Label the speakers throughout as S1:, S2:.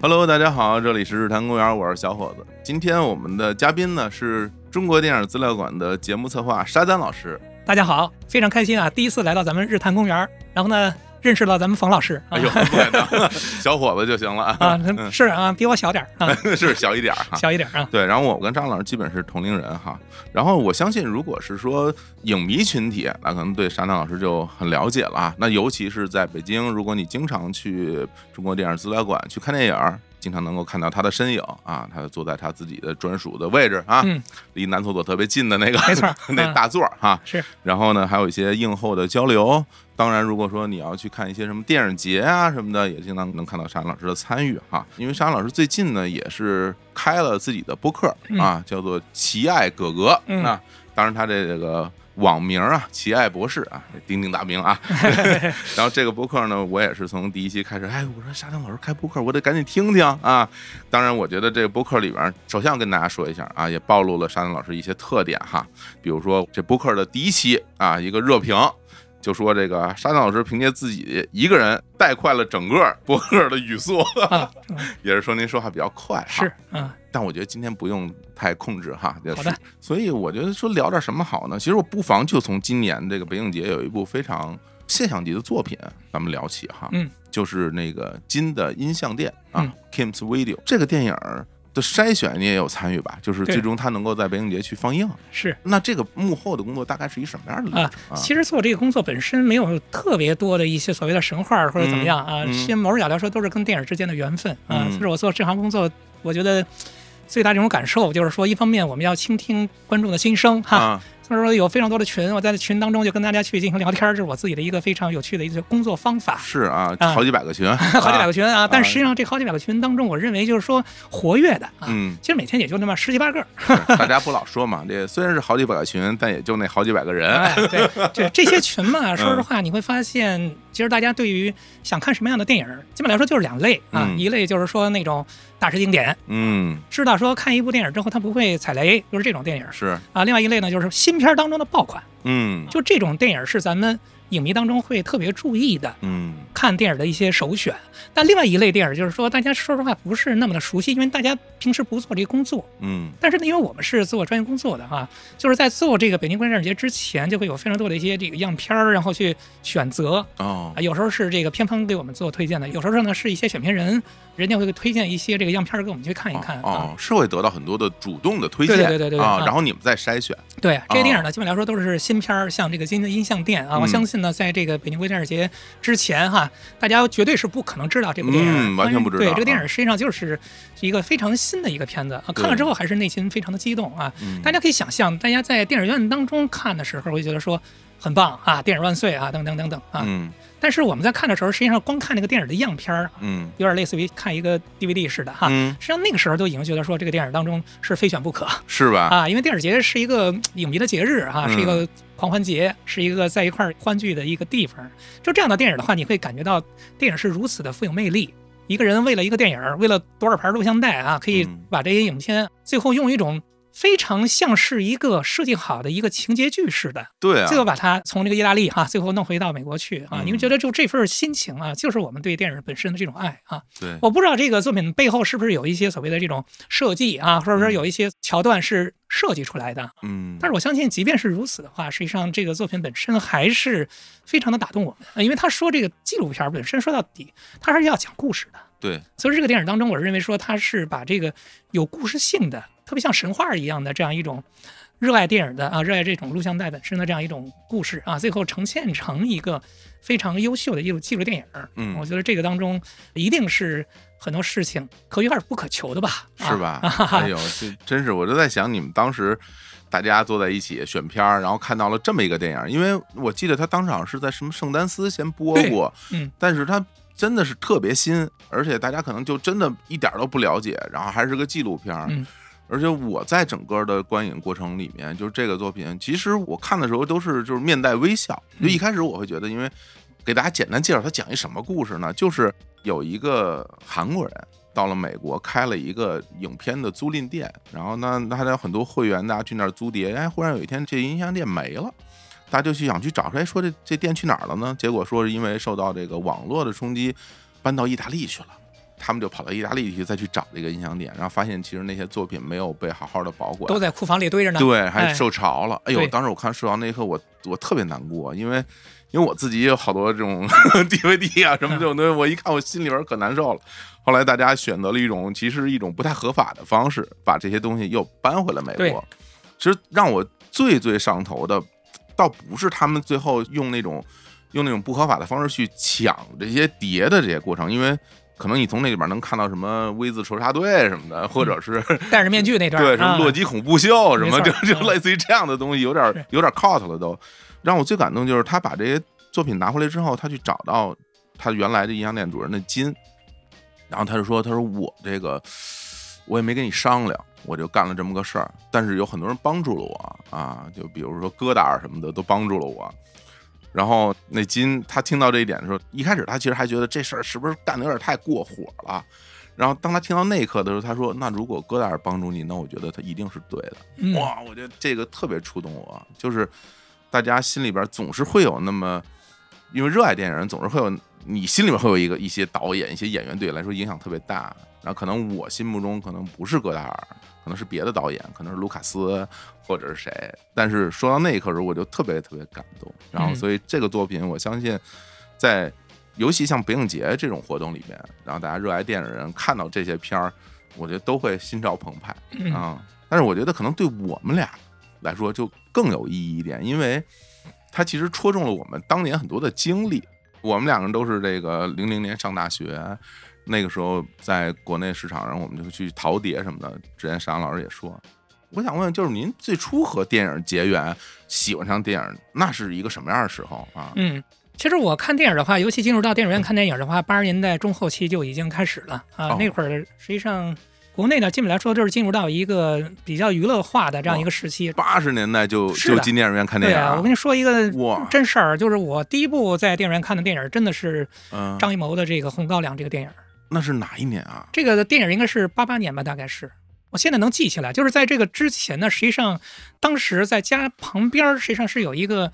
S1: Hello，大家好，这里是日坛公园，我是小伙子。今天我们的嘉宾呢是中国电影资料馆的节目策划沙赞老师。
S2: 大家好，非常开心啊！第一次来到咱们日坛公园儿，然后呢，认识了咱们冯老师啊
S1: 哎呦，不敢当，小伙子就行了
S2: 啊
S1: 啊，，
S2: 那是啊，比我小点儿啊，
S1: 是小一点儿哈。
S2: 小一点儿啊，
S1: 对，然后我跟张老师基本是同龄人哈，然后我相信，如果是说影迷群体，那可能对沙赞老师就很了解了啊。那尤其是在北京，如果你经常去中国电影资料馆去看电影，经常能够看到他的身影啊，他坐在他自己的专属的位置啊，
S2: 嗯
S1: 离男厕所特别近的那个，
S2: 没错
S1: 那
S2: 嗯
S1: 大座儿哈。
S2: 是
S1: 然后呢，还有一些映后的交流。当然，如果说你要去看一些什么电影节啊什么的，也经常能看到沙老师的参与哈。因为沙老师最近呢也是开了自己的播客啊，叫做“奇爱哥哥”。
S2: 嗯
S1: 那当然，他这个网名啊，“奇爱博士”啊，鼎鼎大名啊。然后这个播客呢，我也是从第一期开始，哎，我说沙丹老师开播客，我得赶紧听听啊。当然，我觉得这个播客里边，首先要跟大家说一下啊，也暴露了沙丹老师一些特点哈。比如说这播客的第一期啊，一个热评。就说这个沙赞老师凭借自己一个人带快了整个播客的语速，
S2: 啊，
S1: 也是说您说话比较快哈。
S2: 是，啊，
S1: 但我觉得今天不用太控制哈，也
S2: 好
S1: 是
S2: 的。
S1: 所以我觉得说聊点什么好呢？其实我不妨就从今年这个北影节有一部非常现象级的作品，咱们聊起哈。
S2: 嗯，
S1: 就是那个金的音像店啊、
S2: 嗯
S1: k i m s Video 这个电影儿的筛选你也有参与吧？就是
S2: 对
S1: 最终它能够在北影节去放映。
S2: 是。
S1: 那这个幕后的工作大概是一什么样的流
S2: 啊
S1: 程，
S2: 其实做这个工作本身没有特别多的一些所谓的神话或者怎么样啊
S1: 嗯嗯，
S2: 先某种角度来说都是跟电影之间的缘分啊
S1: 嗯。
S2: 就是我做这行工作，我觉得最大这种感受就是说，一方面我们要倾听观众的心声哈，
S1: 啊，
S2: 所以说有非常多的群，我在群当中就跟大家去进行聊天儿，这是我自己的一个非常有趣的一个工作方法。
S1: 是啊，
S2: 啊
S1: 好几百个 群，
S2: 好几百
S1: 个，
S2: 个群啊，但
S1: 啊
S2: 实际上这好几百个群当中，我认为就是说活跃的啊，
S1: 嗯，
S2: 其实每天也就那么十几八个儿。
S1: 是大家不老说嘛，这虽然是好几百个群，但也就那好几百个人。
S2: 哎，对，这这些群嘛，说实话，你会发现，其实大家对于想看什么样的电影儿，基本来说就是两类啊，
S1: 嗯
S2: 一类就是说那种大师经典，
S1: 嗯，
S2: 知道说看一部电影之后它不会踩雷，就是这种电影儿
S1: 是，
S2: 啊；另外一类呢，就是新片儿当中的爆款，
S1: 嗯
S2: 就这种电影儿是咱们影迷当中会特别注意的。
S1: 嗯。
S2: 看电影的一些首选。但另外一类电影就是说，大家说实话不是那么的熟悉，因为大家平时不做这个工作。
S1: 嗯
S2: 但是呢，因为我们是做专业工作的哈、就是在做这个北京国际电影节之前，就会有非常多的一些这个样片儿，然后去选择
S1: 哦
S2: 啊，，有时候是这个片方给我们做推荐的，有时候呢是一些选片人，人家会推荐一些这个样片儿给我们去看一看啊。
S1: 哦，是会得到很多的主动的推荐，
S2: 对对对对对
S1: 啊，
S2: 啊
S1: 然后你们再筛选，
S2: 对，啊这些电影呢，基本来说都是新片儿，像这个金的音像店啊，
S1: 哦嗯
S2: 我相信呢，在这个北京国际电影节之前哈，大家绝对是不可能知道这部电影，
S1: 嗯完全不知道
S2: 对，这
S1: 啊
S2: 个电影实际上就是一个非常新的一个片子啊，看了之后还是内心非常的激动啊。
S1: 嗯，
S2: 大家可以想象，大家在电影院当中看的时候，会觉得说很棒啊，电影万岁啊，等等等等啊。
S1: 嗯
S2: 但是我们在看的时候，实际上光看那个电影的样片儿，
S1: 嗯
S2: 有点类似于看一个 DVD 似的哈。
S1: 嗯，
S2: 实际上那个时候就已经觉得说这个电影当中是非选不可，
S1: 是吧？
S2: 啊，因为电影节是一个嗯影迷的节日哈、
S1: 嗯
S2: 是一个狂欢节，是一个在一块儿欢聚的一个地方。就这样的电影的话，你会感觉到电影是如此的富有魅力。一个人为了一个电影儿，为了多少盘录像带啊，可以
S1: 嗯
S2: 把这些影片最后用一种非常像是一个设计好的一个情节剧似的，
S1: 对啊
S2: 最，后把它从这个意大利哈、最后弄回到美国去啊。
S1: 嗯
S2: 你们觉得就这份儿心情啊，就是我们对电影本身的这种爱啊。
S1: 对，
S2: 我不知道这个作品背后是不是有一些所谓的这种设计啊，或者说有一些桥段是设计出来的。
S1: 嗯，
S2: 但是我相信，即便是如此的话，实际上这个作品本身还是非常的打动我们，呃因为他说这个纪录片本身说到底，它还是要讲故事的。
S1: 对，
S2: 所以这个电影当中，我认为说它是把这个有故事性的，特别像神话一样的这样一种热爱电影的啊，热爱这种录像带本身的这样一种故事啊，最后呈现成一个非常优秀的一种纪录电影儿。
S1: 嗯
S2: 我觉得这个当中一定是很多事情可遇而不可求的吧？啊
S1: 是？ 吧？哎呦，这真是，我就在想你们当时大家坐在一起选片儿，然后看到了这么一个电影，因为我记得他当时好像是在什么圣丹斯先播
S2: 对
S1: 过，
S2: 嗯，
S1: 但是它真的是特别新，而且大家可能就真的一点儿都不了解，然后还是个纪录片儿。
S2: 嗯
S1: 而且我在整个的观影过程里面，就是这个作品，其实我看的时候都是就是面带微笑。就一开始我会觉得，因为给大家简单介绍它讲一什么故事呢？就是有一个韩国人到了美国开了一个影片的租赁店，然后呢，他有很多会员，大家去那儿租碟。哎，忽然有一天这音像店没了。大家就去想去找，哎，说这这店去哪儿了呢？结果说是因为受到这个网络的冲击，搬到意大利去了。他们就跑到意大利去再去找这个音响点，然后发现其实那些作品没有被好好的保管，
S2: 都在库房里堆着呢。
S1: 对，还
S2: 哎
S1: 受潮了。哎呦，
S2: 对
S1: 当时我看受潮那一刻，我我特别难过，因为因为我自己也有好多这种 DVD 啊什么这种东西，我一看我心里边可难受了。后来大家选择了一种其实一种不太合法的方式，把这些东西又搬回了美
S2: 对
S1: 国。其实让我最最上头的，倒不是他们最后用那种用那种不合法的方式去抢这些碟的这些过程，因为。可能你从那里边能看到什么 V 字仇杀队什么的，或者是
S2: 戴着面具那段 儿，
S1: 对，什么
S2: 嗯啊
S1: 洛基恐怖秀，什么
S2: 没
S1: 就
S2: 错
S1: 就
S2: 嗯
S1: 类似于这样的东西，有点
S2: 是
S1: 有点 cult 了都。让我最感动就是他把这些作品拿回来之后，他去找到他原来的音像店主人的金，然后他就说：“他说我这个我也没跟你商量，我就干了这么个事儿，但是有很多人帮助了我啊，就比如说戈达尔什么的都帮助了我。”然后那金他听到这一点的时候，一开始他其实还觉得这事儿是不是干的有点太过火了。然后当他听到那一刻的时候，他说：“那如果戈达尔帮助你，那我觉得他一定是对的。”
S2: 嗯
S1: 哇，我觉得这个特别触动我，就是大家心里边总是会有那么，因为热爱电影人总是会有你心里边会有一个一些导演、一些演员对你来说影响特别大，然后可能我心目中可能不是戈达尔，可能是别的导演，可能是卢卡斯或者是谁，但是说到那一刻的时候，我就特别特别感动，然后
S2: 嗯
S1: 所以这个作品我相信在。尤其像北影节这种活动里面，然后大家热爱电影人看到这些片儿，我觉得都会心潮澎湃。
S2: 嗯
S1: 啊、但是我觉得可能对我们俩来说就更有意义一点，因为它其实戳中了我们当年很多的经历。我们两个人都是这个零零年上大学，那个时候在国内市场上，我们就去淘碟什么的。之前沙老师也说，我想问，就是您最初和电影结缘，喜欢上电影，那是一个什么样的时候啊？
S2: 嗯，其实我看电影的话，尤其进入到电影院看电影的话，八十年代中后期就已经开始了啊。
S1: 哦
S2: 那会儿实际上国内呢，基本来说就是进入到一个比较娱乐化的这样一个时期。
S1: 八十年代就是
S2: 的
S1: 就进电影院看电
S2: 对
S1: 影
S2: 啊，
S1: 啊，
S2: 我跟你说一个
S1: 哇，
S2: 真事儿，啊就是我第一部在电影院看的电影，真的是
S1: 嗯、
S2: 张艺谋的这个《红高粱》这个电影。
S1: 那是哪一年啊？
S2: 这个电影应该是八八年吧，大概是。我现在能记起来，就是在这个之前呢，实际上当时在家旁边儿实际上是有一个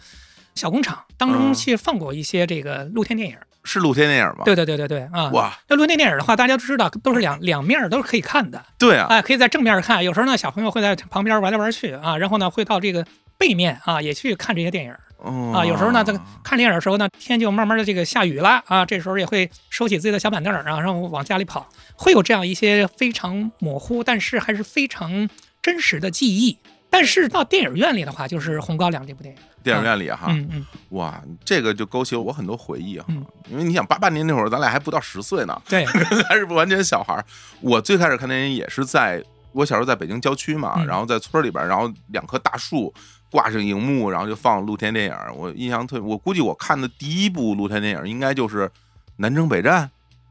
S2: 小工厂，
S1: 嗯
S2: 当中去放过一些这个露天电影。
S1: 是露天电影吗？
S2: 对对对对对啊！
S1: 哇，
S2: 那露天电影的话，大家都知道都是两两面儿都是可以看的，
S1: 对啊，
S2: 哎，可以在正面看，有时候呢小朋友会在旁边玩来玩去啊，然后呢会到这个背面啊也去看这些电影啊，
S1: 啊
S2: 有时候呢在看电影的时候呢，天就慢慢的这个下雨了啊，这时候也会收起自己的小板凳儿啊，然后往家里跑，会有这样一些非常模糊，但是还是非常真实的记忆。但是到电影院里的话，就是《红高粱》这部电影，
S1: 电影院里哈，
S2: 嗯嗯，
S1: 哇，这个就勾起我很多回忆哈、
S2: 嗯
S1: 因为你想，八八年那会儿，咱俩还不到十岁呢，
S2: 对，
S1: 还是不完全小孩儿。我最开始看电影也是在我小时候在北京郊区嘛，
S2: 嗯
S1: 然后在村儿里边儿，然后两棵大树挂上荧幕，然后就放露天电影儿。我印象特，我估计我看的第一部露天电影儿应该就是《南征北战》，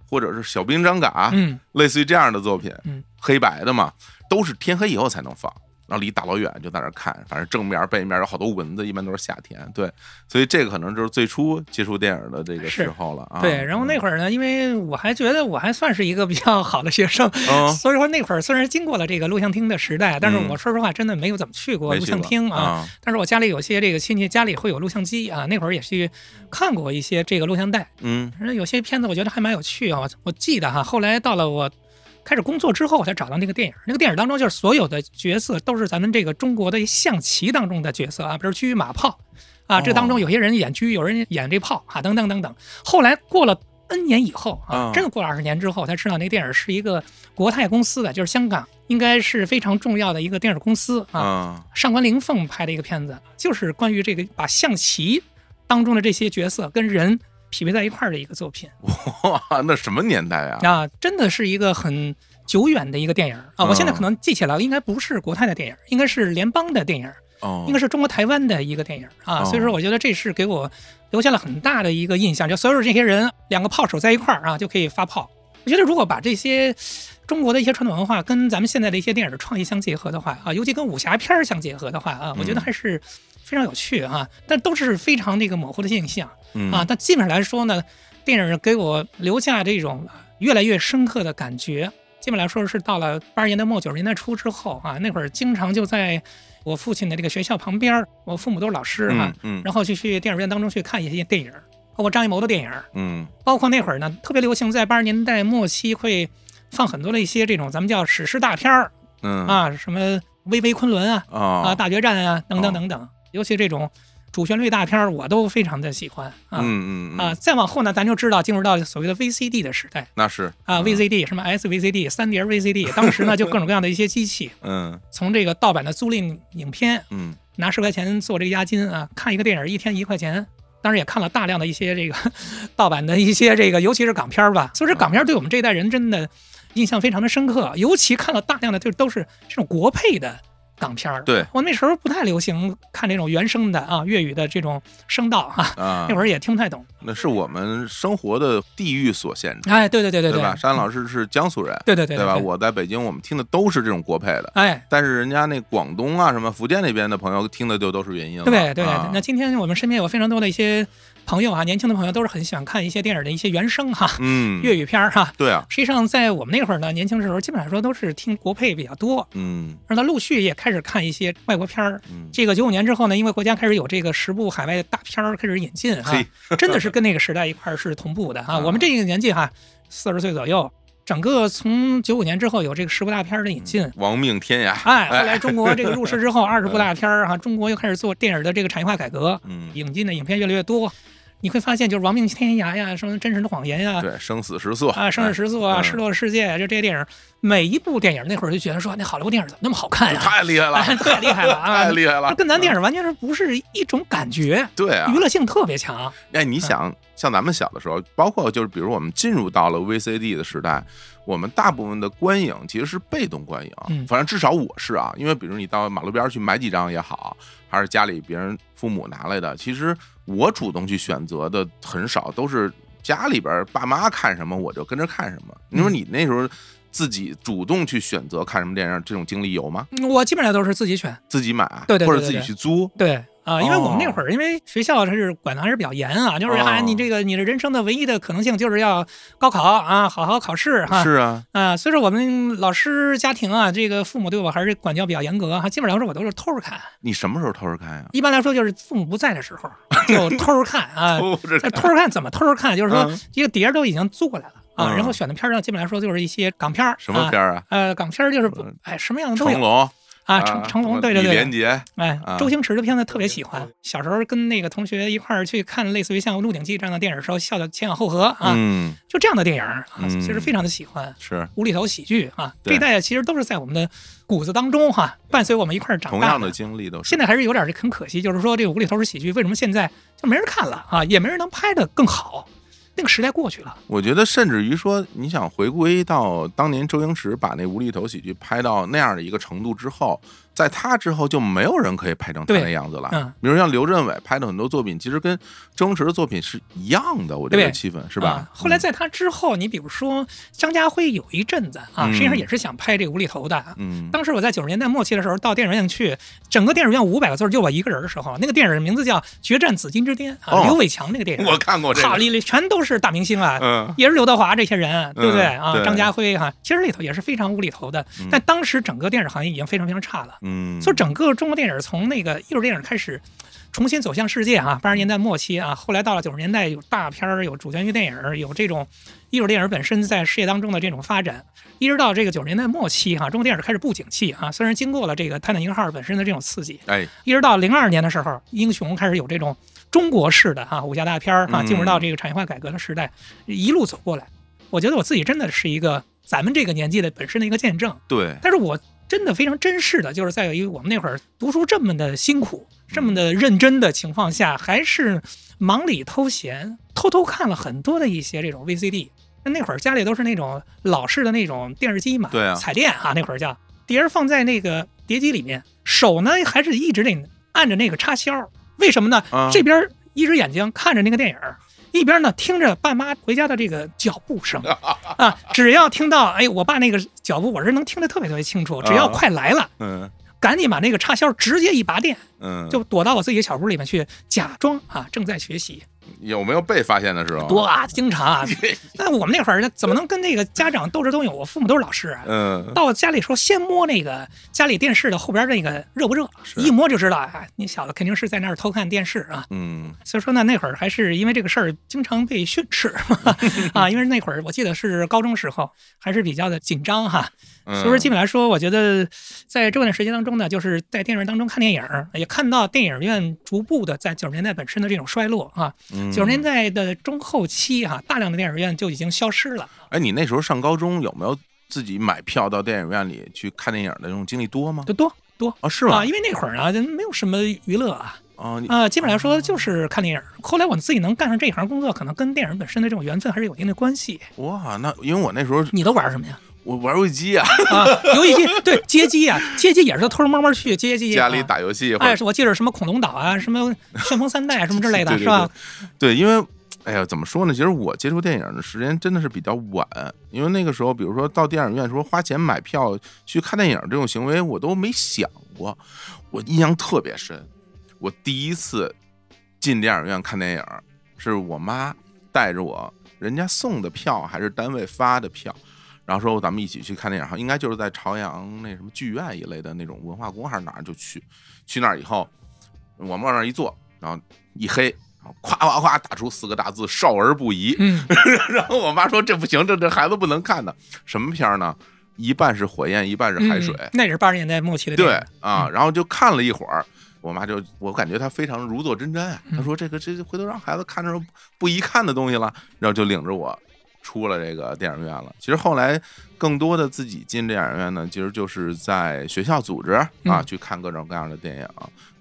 S1: 或者是《小兵张嘎》
S2: 嗯
S1: 类似于这样的作品，
S2: 嗯
S1: 黑白的嘛，都是天黑以后才能放，然后离大老远就在那儿看，反正正面背面有好多蚊子，一般都是夏天，对，所以这个可能就是最初接触电影的这个时候了啊。
S2: 对。然后那会儿呢，因为我还觉得我还算是一个比较好的学生，
S1: 嗯，
S2: 所以说那会儿虽然经过了这个录像厅的时代，但是
S1: 嗯
S2: 我说实话真的没有怎么去过
S1: 没
S2: 录
S1: 去
S2: 像
S1: 过
S2: 厅啊。
S1: 啊，
S2: 但是我家里有些这个亲戚家里会有录像机啊，那会儿也去看过一些这个录像带，
S1: 嗯，
S2: 反正有些片子我觉得还蛮有趣啊。我我记得哈，后来到了我。开始工作之后，我才找到那个电影。那个电影当中，就是所有的角色都是咱们这个中国的象棋当中的角色啊，比如车马炮
S1: 哦
S2: 啊，这当中有些人演车，有人演这炮啊，等等等等。后来过了 N 年以后
S1: 嗯
S2: 啊，真的过了二十年之后，才知道那个电影是一个国泰公司的，就是香港应该是非常重要的一个电影公司啊。
S1: 啊，
S2: 上官灵凤拍的一个片子，就是关于这个把象棋当中的这些角色跟人匹配在一块儿的一个作品
S1: 哇，那什么年代啊？
S2: 啊，真的是一个很久远的一个电影啊。我现在
S1: 嗯
S2: 可能记起来了，应该不是国泰的电影，应该是联邦的电影，
S1: 哦，
S2: 应该是中国台湾的一个电影啊。
S1: 哦
S2: 所以说，我觉得这是给我留下了很大的一个印象，就所有这些人两个炮手在一块儿啊，就可以发炮。我觉得如果把这些中国的一些传统文化跟咱们现在的一些电影的创意相结合的话啊，尤其跟武侠片儿相结合的话啊，我觉得
S1: 嗯
S2: 还是非常有趣啊。但都是非常这个模糊的印象
S1: 嗯
S2: 啊。但基本上来说呢，电影给我留下这种越来越深刻的感觉。基本来说是到了八十年代末九十年代初之后啊，那会儿经常就在我父亲的这个学校旁边儿，我父母都是老师哈、
S1: 嗯嗯
S2: 然后就去电影院当中去看一些电影儿。包括张艺谋的电影儿，
S1: 嗯
S2: 包括那会儿呢，特别流行在八十年代末期会放很多的一些这种咱们叫史诗大片儿
S1: 嗯
S2: 啊，什么《巍巍昆仑》啊、啊
S1: 啊
S2: 《大决战》啊等
S1: 哦
S2: 等等等，尤其这种主旋律大片儿，我都非常的喜欢啊。
S1: 嗯嗯
S2: 啊，
S1: 嗯，
S2: 再往后呢，咱就知道进入到所谓的 VCD 的时代
S1: 那是
S2: 啊
S1: 嗯
S2: ，VCD 什么 SVCD、三碟 VCD，当时呢就各种各样的一些机器，
S1: 嗯
S2: 从这个盗版的租赁影片，
S1: 嗯
S2: 拿十块钱做这个押金啊，看一个电影一天一块钱。当然也看了大量的一些这个 盗版的一些这个，尤其是港片儿吧。所以说港片儿对我们这一代人真的印象非常的深刻，尤其看了大量的就都是这种国配的港片儿。
S1: 对
S2: 我那时候不太流行看这种原声的啊，粤语的这种声道啊，
S1: 啊
S2: 那，会儿也听不太懂。
S1: 那是我们生活的地域所限制，
S2: 哎，对对对对
S1: 吧？山老师是江苏人，
S2: 对对对
S1: 对吧？我在北京，我们听的都是这种国配的，
S2: 哎，
S1: 但是人家那广东啊、什么福建那边的朋友听的就都是原音了。
S2: 对对，
S1: 啊
S2: 那今天我们身边有非常多的一些朋友啊，年轻的朋友都是很喜欢看一些电影的一些原声哈、
S1: 嗯，
S2: 粤语片儿、哈。
S1: 对啊，
S2: 实际上，在我们那会儿呢，年轻的时候基本上说都是听国配比较多，
S1: 嗯
S2: 而呢陆续也开始看一些外国片儿。
S1: 嗯，
S2: 这个九五年之后呢，因为国家开始有这个十部海外大片儿开始引进哈、
S1: 嘿
S2: 真的是跟那个时代一块儿是同步的哈、
S1: 啊
S2: 我们这个年纪哈、四十岁左右，整个从九五年之后有这个十部大片儿的引进，
S1: 亡命天涯，
S2: 哎，后来中国这个入世 之后，二十部大片儿哈，中国又开始做电影的这个产业化改革，
S1: 嗯，
S2: 引进的影片越来越多，你会发现就是《亡命天涯》呀，什么《真实的谎言》呀，
S1: 对，生死时速
S2: 啊，《生日
S1: 哎
S2: 时速》啊，
S1: 嗯
S2: 《失落的世界》啊，就这些电影，每一部电影那会儿就觉得说，那好莱坞电影怎么那么好 看呀？
S1: 太厉害了，
S2: 哎太厉害了 啊！
S1: 太厉害
S2: 那
S1: 了，
S2: 跟咱电
S1: 影
S2: 影完全是不是一种感觉，
S1: 对啊
S2: 娱，乐性特别强。
S1: 哎，你
S2: 嗯
S1: 想，像咱们小的时候，包括就是比如我们进入到了 VCD 的时代，我们大部分的观影其实是被动观影，
S2: 嗯
S1: 反正至少我是啊，因为比如你到马路边儿去买几张也好，还是家里别人父母拿来的，其实我主动去选择的很少，都是家里边儿爸妈看什么我就跟着看什么。你
S2: 嗯
S1: 说你那时候自己主动去选择看什么电影，这种经历有吗？
S2: 嗯我基本上都是自己选，
S1: 自己买啊，
S2: 对对对
S1: 或者
S2: 对
S1: 自己
S2: 对
S1: 去租，
S2: 对。啊，因为我们那
S1: 哦
S2: 会儿，因为学校它是管的还是比较严啊，就是
S1: 哦
S2: 啊，你这个你的人生的唯一的可能性就是要高考啊，好好考试哈，
S1: 是啊，
S2: 啊，所以说我们老师家庭啊，这个父母对我还是管教比较严格啊，基本上说我都是偷着看。
S1: 你什么时候偷着看呀、
S2: 一般来说就是父母不在的时 候就偷着看啊。
S1: 偷着
S2: 这
S1: 看
S2: 偷着看怎么偷着看？就是说
S1: 嗯
S2: 这个碟儿都已经做过来了啊，
S1: 嗯
S2: 然后选的片儿上基本来说就是一些港片儿，
S1: 什么片
S2: 啊？
S1: 儿啊？
S2: 呃，港片儿就是不哎什么样的都
S1: 成
S2: 有
S1: 龙。
S2: 啊，成成龙对对
S1: 李
S2: 对
S1: 连，杰，
S2: 哎
S1: 啊，嗯
S2: 周星驰的片子特别喜欢。小时候跟那个同学一块儿去看类似于像《鹿鼎记》这样的电影的时候，笑得前仰后合啊，
S1: 嗯，
S2: 就这样的电影啊，
S1: 嗯
S2: 其实非常的喜欢。
S1: 是
S2: 无厘头喜剧啊，
S1: 对
S2: 这一代其实都是在我们的骨子当中哈、啊伴随我们一块儿长
S1: 同
S2: 大
S1: 样的。经历都是
S2: 现在还是有点儿很可惜，就是说这个无厘头式喜剧为什么现在就没人看了啊，也没人能拍的更好。那个时代过去了，
S1: 我觉得甚至于说，你想回归到当年周星驰把那无厘头喜剧拍到那样的一个程度之后，在他之后就没有人可以拍成他
S2: 对
S1: 那样子了。
S2: 嗯
S1: 比如像刘镇伟拍的很多作品，其实跟周星驰的作品是一样的，我觉得
S2: 对
S1: 气氛是吧、
S2: 啊后来在他之后，你比如说张家辉有一阵子啊，
S1: 嗯
S2: 实际上也是想拍这个无厘头的。啊
S1: 嗯，嗯
S2: 当时我在九十年代末期的时候，到电影院去，整个电影院五百个座儿就我一个人的时候，那个电影名字叫《决战紫金之巅》
S1: 哦
S2: 啊，刘伟强那个电影，
S1: 我看过这
S2: 好
S1: 个，
S2: 里里全都是大明星啊，
S1: 嗯
S2: 也是刘德华这些人，对不对、
S1: 嗯对
S2: 啊？张家辉哈、其实里头也是非常无厘头的，但当时整个电影行业已经非常非常差了，
S1: 嗯，
S2: 所以整个中国电影从那个艺术电影开始。重新走向世界啊！八十年代末期啊，后来到了九十年代，有大片儿，有主旋律电影，有这种艺术电影本身在事业当中的这种发展，一直到这个九十年代末期啊哈、中国电影开始不景气啊。虽然经过了这个《泰坦尼克号》本身的这种刺激，
S1: 哎，
S2: 一直到零二年的时候，英雄开始有这种中国式的啊武侠大片儿啊，
S1: 嗯
S2: 进入到这个产业化改革的时代，一路走过来，我觉得我自己真的是一个咱们这个年纪的本身的一个见证。
S1: 对，
S2: 但是我真的非常珍视的，就是在于我们那会儿读书这么的辛苦、
S1: 嗯
S2: 这么的认真的情况下，还是忙里偷闲，偷偷看了很多的一些这种 VCD。那那会儿家里都是那种老式的那种电视机嘛，
S1: 对啊
S2: 彩电啊，那会儿叫碟儿放在那个碟机里面，手呢还是一直得按着那个插销，为什么呢？
S1: 啊
S2: 这边儿一只眼睛看着那个电影儿，一边呢听着爸妈回家的这个脚步声啊，只要听到哎我爸那个脚步，我是能听得特别特别清楚。只要
S1: 啊
S2: 快来了，
S1: 嗯
S2: 赶紧把那个插销直接一拔电，
S1: 嗯，
S2: 就躲到我自己的小屋里面去，假装啊正在学习。
S1: 有没有被发现的时候？
S2: 多啊，经 常啊。那我们那会儿呢，怎么能跟那个家长斗智斗勇？我父母都是老师啊，
S1: 嗯，
S2: 到家里的时候先摸那个家里电视的后边那个热不热，一摸就知道啊，你小子肯定是在那儿偷看电视啊。
S1: 嗯
S2: 所以说呢，那会儿还是因为这个事儿经常被训斥 啊，因为那会儿我记得是高中时候，还是比较的紧张哈。
S1: 嗯，
S2: 所以说，基本来说，我觉得在这段时间当中呢，就是在电影院当中看电影儿，也看到电影院逐步的在九十年代本身的这种衰落啊。
S1: 本
S2: 九十年。代的中后期哈、大量的电影院就已经消失了。
S1: 哎，你那时候上高中有没有自己买票到电影院里去看电影的这种经历多吗？
S2: 就多多
S1: 啊，是吗
S2: 啊，？因为那会儿啊，就没有什么娱乐啊，
S1: 啊，你
S2: 啊，基本来说就是看电影儿。后来我自己能干上这一行工作，可能跟电影本身的这种缘分还是有一定的关系。
S1: 哇，那因为我那时候
S2: 你都玩什么呀？
S1: 我玩游戏机 啊，
S2: 啊，游戏机对街机啊，街机也是偷偷摸摸去街机、
S1: 家里
S2: 啊
S1: 打游戏或
S2: 哎，
S1: 者
S2: 是我记得什么恐龙岛啊，什么旋风三代啊，什么之类的，
S1: 对
S2: 是
S1: 对
S2: 吧？
S1: 对，因为哎呀，怎么说呢？其实我接触电影的时间真的是比较晚，因为那个时候，比如说到电影院说花钱买票去看电影这种行为，我都没想过。我印象特别深，我第一次进电影院看电影，是我妈带着我，人家送的票还是单位发的票。然后说咱们一起去看电影，应该就是在朝阳那什么剧院一类的那种文化宫还是哪儿就去，去那儿以后，我们往那儿一坐，然后一黑，然后咵咵咵打出四个大字“少儿不宜
S2: 嗯，”。
S1: 然后我妈说这不行，这这孩子不能看的。什么片儿呢？一半是火焰，一半是海水。
S2: 嗯那也是八十年代末期的电影嗯
S1: 对啊，然后就看了一会儿。我妈就，我感觉她非常如坐针毡
S2: 嗯
S1: 啊。她说：“这个，这回头让孩子看着不宜看的东西了。”然后就领着我出了这个电影院了。其实后来更多的自己进电影院呢，其实就是在学校组织啊
S2: 嗯
S1: 去看各种各样的电影。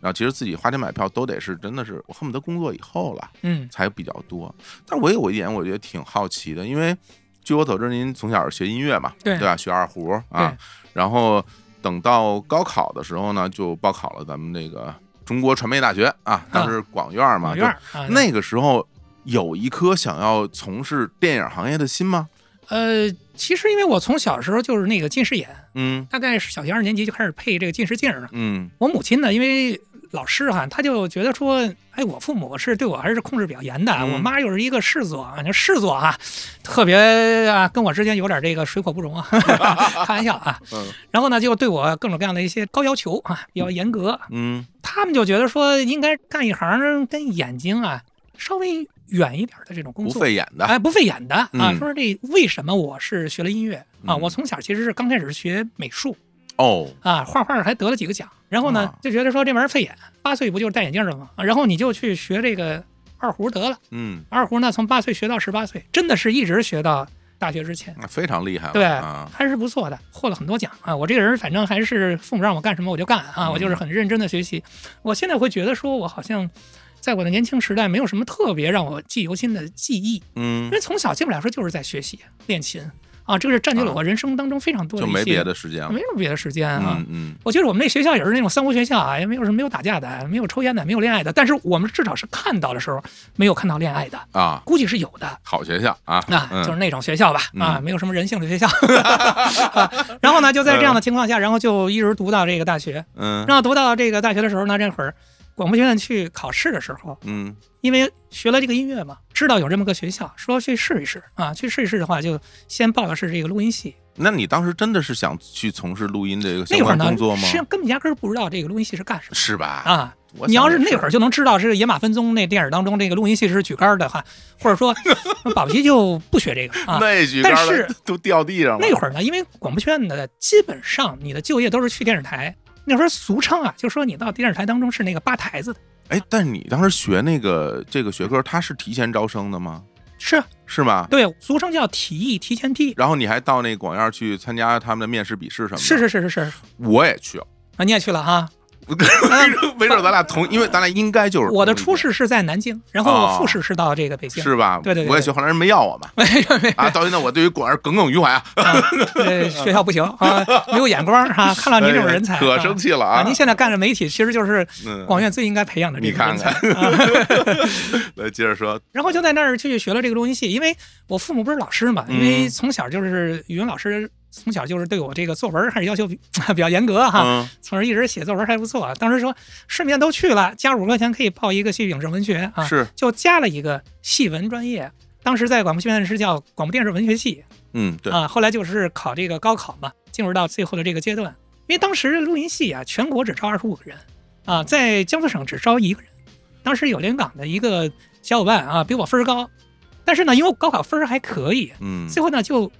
S1: 然后其实自己花钱买票都得是真的是我恨不得工作以后了，
S2: 嗯，
S1: 才比较多。但我有一点我觉得挺好奇的，因为据我所知，您从小是学音乐嘛，
S2: 对
S1: 吧、学二胡啊
S2: 对，
S1: 然后等到高考的时候呢，就报考了咱们那个中国传媒大学啊，当时广院嘛，
S2: 影
S1: 就
S2: 嗯院儿啊，
S1: 那个时候有一颗想要从事电影行业的心吗？
S2: 呃，其实因为我从小时候就是那个近视眼，
S1: 嗯
S2: 大概是小学二年级就开始配这个近视镜儿了。
S1: 嗯
S2: 我母亲呢，因为老师哈、她就觉得说，哎，我父母是对我还是控制比较严的，
S1: 嗯
S2: 我妈又是一个世佐啊，那世佐啊，特别啊，跟我之间有点这个水火不容啊， 开玩笑啊。
S1: 嗯
S2: 然后呢，就对我各种各样的一些高要求啊，比较严格。
S1: 嗯
S2: 他们就觉得说，应该干一行跟眼睛啊稍微远一点的这种工
S1: 不
S2: 作。
S1: 费眼的，
S2: 哎，不费眼的啊！
S1: 嗯
S2: 说这为什么我是学了音乐啊？
S1: 嗯
S2: 我从小其实是刚开始是学美术
S1: 哦，
S2: 啊，画画还得了几个奖。然后呢
S1: 啊，
S2: 就觉得说这玩意儿费眼，八岁不就是戴眼镜了吗？啊然后你就去学这个二胡得了。
S1: 嗯，
S2: 二胡呢，从八岁学到十八岁，真的是一直学到大学之前，
S1: 那非常厉害了，
S2: 对，
S1: 啊，
S2: 还是不错的，获了很多奖啊！我这个人反正还是父母让我干什么我就干啊，
S1: 嗯
S2: 我就是很认真的学习。我现在会觉得说，我好像在我的年轻时代没有什么特别让我记忆犹新的记忆，
S1: 嗯
S2: 因为，从小基本来说就是在学习练琴啊，这个是占据了我人生当中非常多的
S1: 就
S2: 一些，
S1: 没别的时间了
S2: 没，什么别的时间啊。
S1: 嗯嗯
S2: 我觉得我们那学校也是那种三无学校啊，也没有什么没有打架的，没有抽烟的，没有恋爱的。但是我们至少是看到的时候没有看到恋爱的，
S1: 啊，
S2: 估计是有的。
S1: 好学校啊，
S2: 啊，
S1: 嗯
S2: 就是那种学校吧，啊，
S1: 嗯
S2: 没有什么人性的学校。 啊然后呢，就在这样的情况下，然后就一直读到这个大学。
S1: 嗯
S2: 然后读到这个大学的时候呢，这会儿广播学院去考试的时候，
S1: 嗯
S2: 因为学了这个音乐嘛，知道有这么个学校，说去试一试啊。去试一试的话，就先报的是这个录音系。
S1: 那你当时真的是想去从事录音这个相
S2: 那会儿
S1: 关
S2: 呢
S1: 工作，吗
S2: 实？际上根本压根儿不知道这个录音系是干什么
S1: 是吧？
S2: 啊。
S1: 我想
S2: 你要是
S1: 也
S2: 那会儿就能知道是《野马分鬃》那电影当中这个录音系是举杆儿的话，或 者说保不齐就不学这个啊。
S1: 那举杆
S2: 但
S1: 儿
S2: 是
S1: 都都掉地上了，
S2: 那会儿呢，因为广播学院的基本上你的就业都是去电视台。那会儿俗称啊，就说你到电视台当中是那个扒台子的，
S1: 哎，但是你当时学那个这个学科，它是提前招生的吗？
S2: 是啊
S1: 是吗？
S2: 对，俗称叫提议提前批。
S1: 然后你还到那广院去参加他们的面试笔试什么的，
S2: 是，是是是是
S1: 我也去了，
S2: 啊，你也去了哈、
S1: 没准咱俩同，因为咱俩应该就是
S2: 嗯我的
S1: 同
S2: 初
S1: 一届
S2: 试是在南京，然
S1: 哦
S2: 后复试是到这个北京。
S1: 是吧？
S2: 对对对
S1: 我也去，后来人没要我嘛，
S2: 没有没有
S1: 啊，到现在我对于广院耿耿于怀啊，
S2: 呃，学校不行 啊，没有眼光哈、看到您啊这种人才，
S1: 可生气了
S2: 啊
S1: 啊！
S2: 您现在干着媒体，其实就是
S1: 嗯
S2: 广院最应该培养的这
S1: 你
S2: 个
S1: 看
S2: 人才啊
S1: 看。， 来接着说，
S2: 然
S1: 嗯
S2: 后就在那儿去学了这个录音系，因为我父母不是老师嘛，因为从小就是语文老师从小就是对我这个作文还是要求比 比较严格哈，
S1: 嗯
S2: 从而一直写作文还不错。啊当时说顺便都去了，加五十块钱可以报一个戏剧影视文学啊，
S1: 是
S2: 就加了一个戏文专业。当时在广播学院是叫广播电视文学系
S1: 嗯对
S2: 啊，后来就是考这个高考嘛，进入到最后的这个阶段。因为当时录音系啊，全国只招二十五个人啊，在江苏省只招一个人。当时有连港的一个小伙伴啊，比我分儿高，但是呢，因为我高考分儿还可以，
S1: 嗯
S2: 最后呢就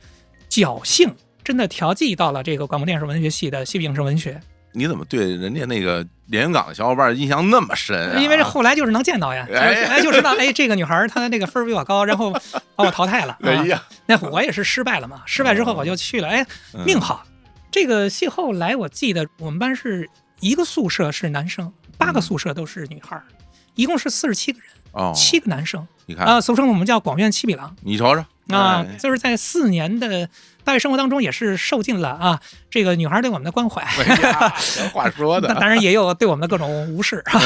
S2: 侥幸真的调剂到了这个广播电视文学系的戏剧影视文学，
S1: 你怎么对人家那个连云港的小伙伴印象那么深、啊？
S2: 因为后来就是能见到呀，
S1: 哎
S2: 哎就知道哎这个女孩儿她那个分儿比我高，然后把我淘汰了，
S1: 哎
S2: 啊
S1: 呀，哦
S2: 那我也是失败了嘛，失败之后我就去了，哎
S1: 嗯
S2: 命好，这个戏后来我记得我们班是一个宿舍是男生，八个宿舍都是女孩儿，一共是四十七个人，
S1: 嗯哦，
S2: 七个男生
S1: 你看，
S2: 啊，俗称我们叫广院七匹狼。
S1: 你瞅瞅
S2: 啊
S1: 哎，
S2: 就是在四年的大学生活当中，也是受尽了啊这个女孩对我们的关怀，
S1: 哎呀这话说的
S2: 那当然也有对我们的各种 无视 啊，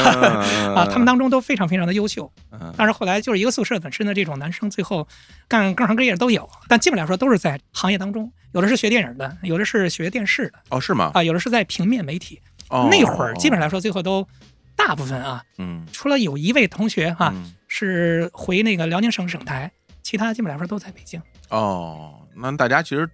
S1: 啊
S2: 他们当中都非常非常的优秀。
S1: 当
S2: 但是后来就是一个宿舍本身的这种男生，最后干各行各业的都有，但基本来说都是在行业当中，有的是学电影的，有的是学电视的
S1: 哦是吗？
S2: 啊，有的是在平面媒体。
S1: 哦
S2: 那会儿基本来说，最后都大部分啊，
S1: 嗯
S2: 除了有一位同学哈、
S1: 嗯
S2: 是回那个辽宁省省台，其他基本来说都在北京。
S1: 哦，那大家其实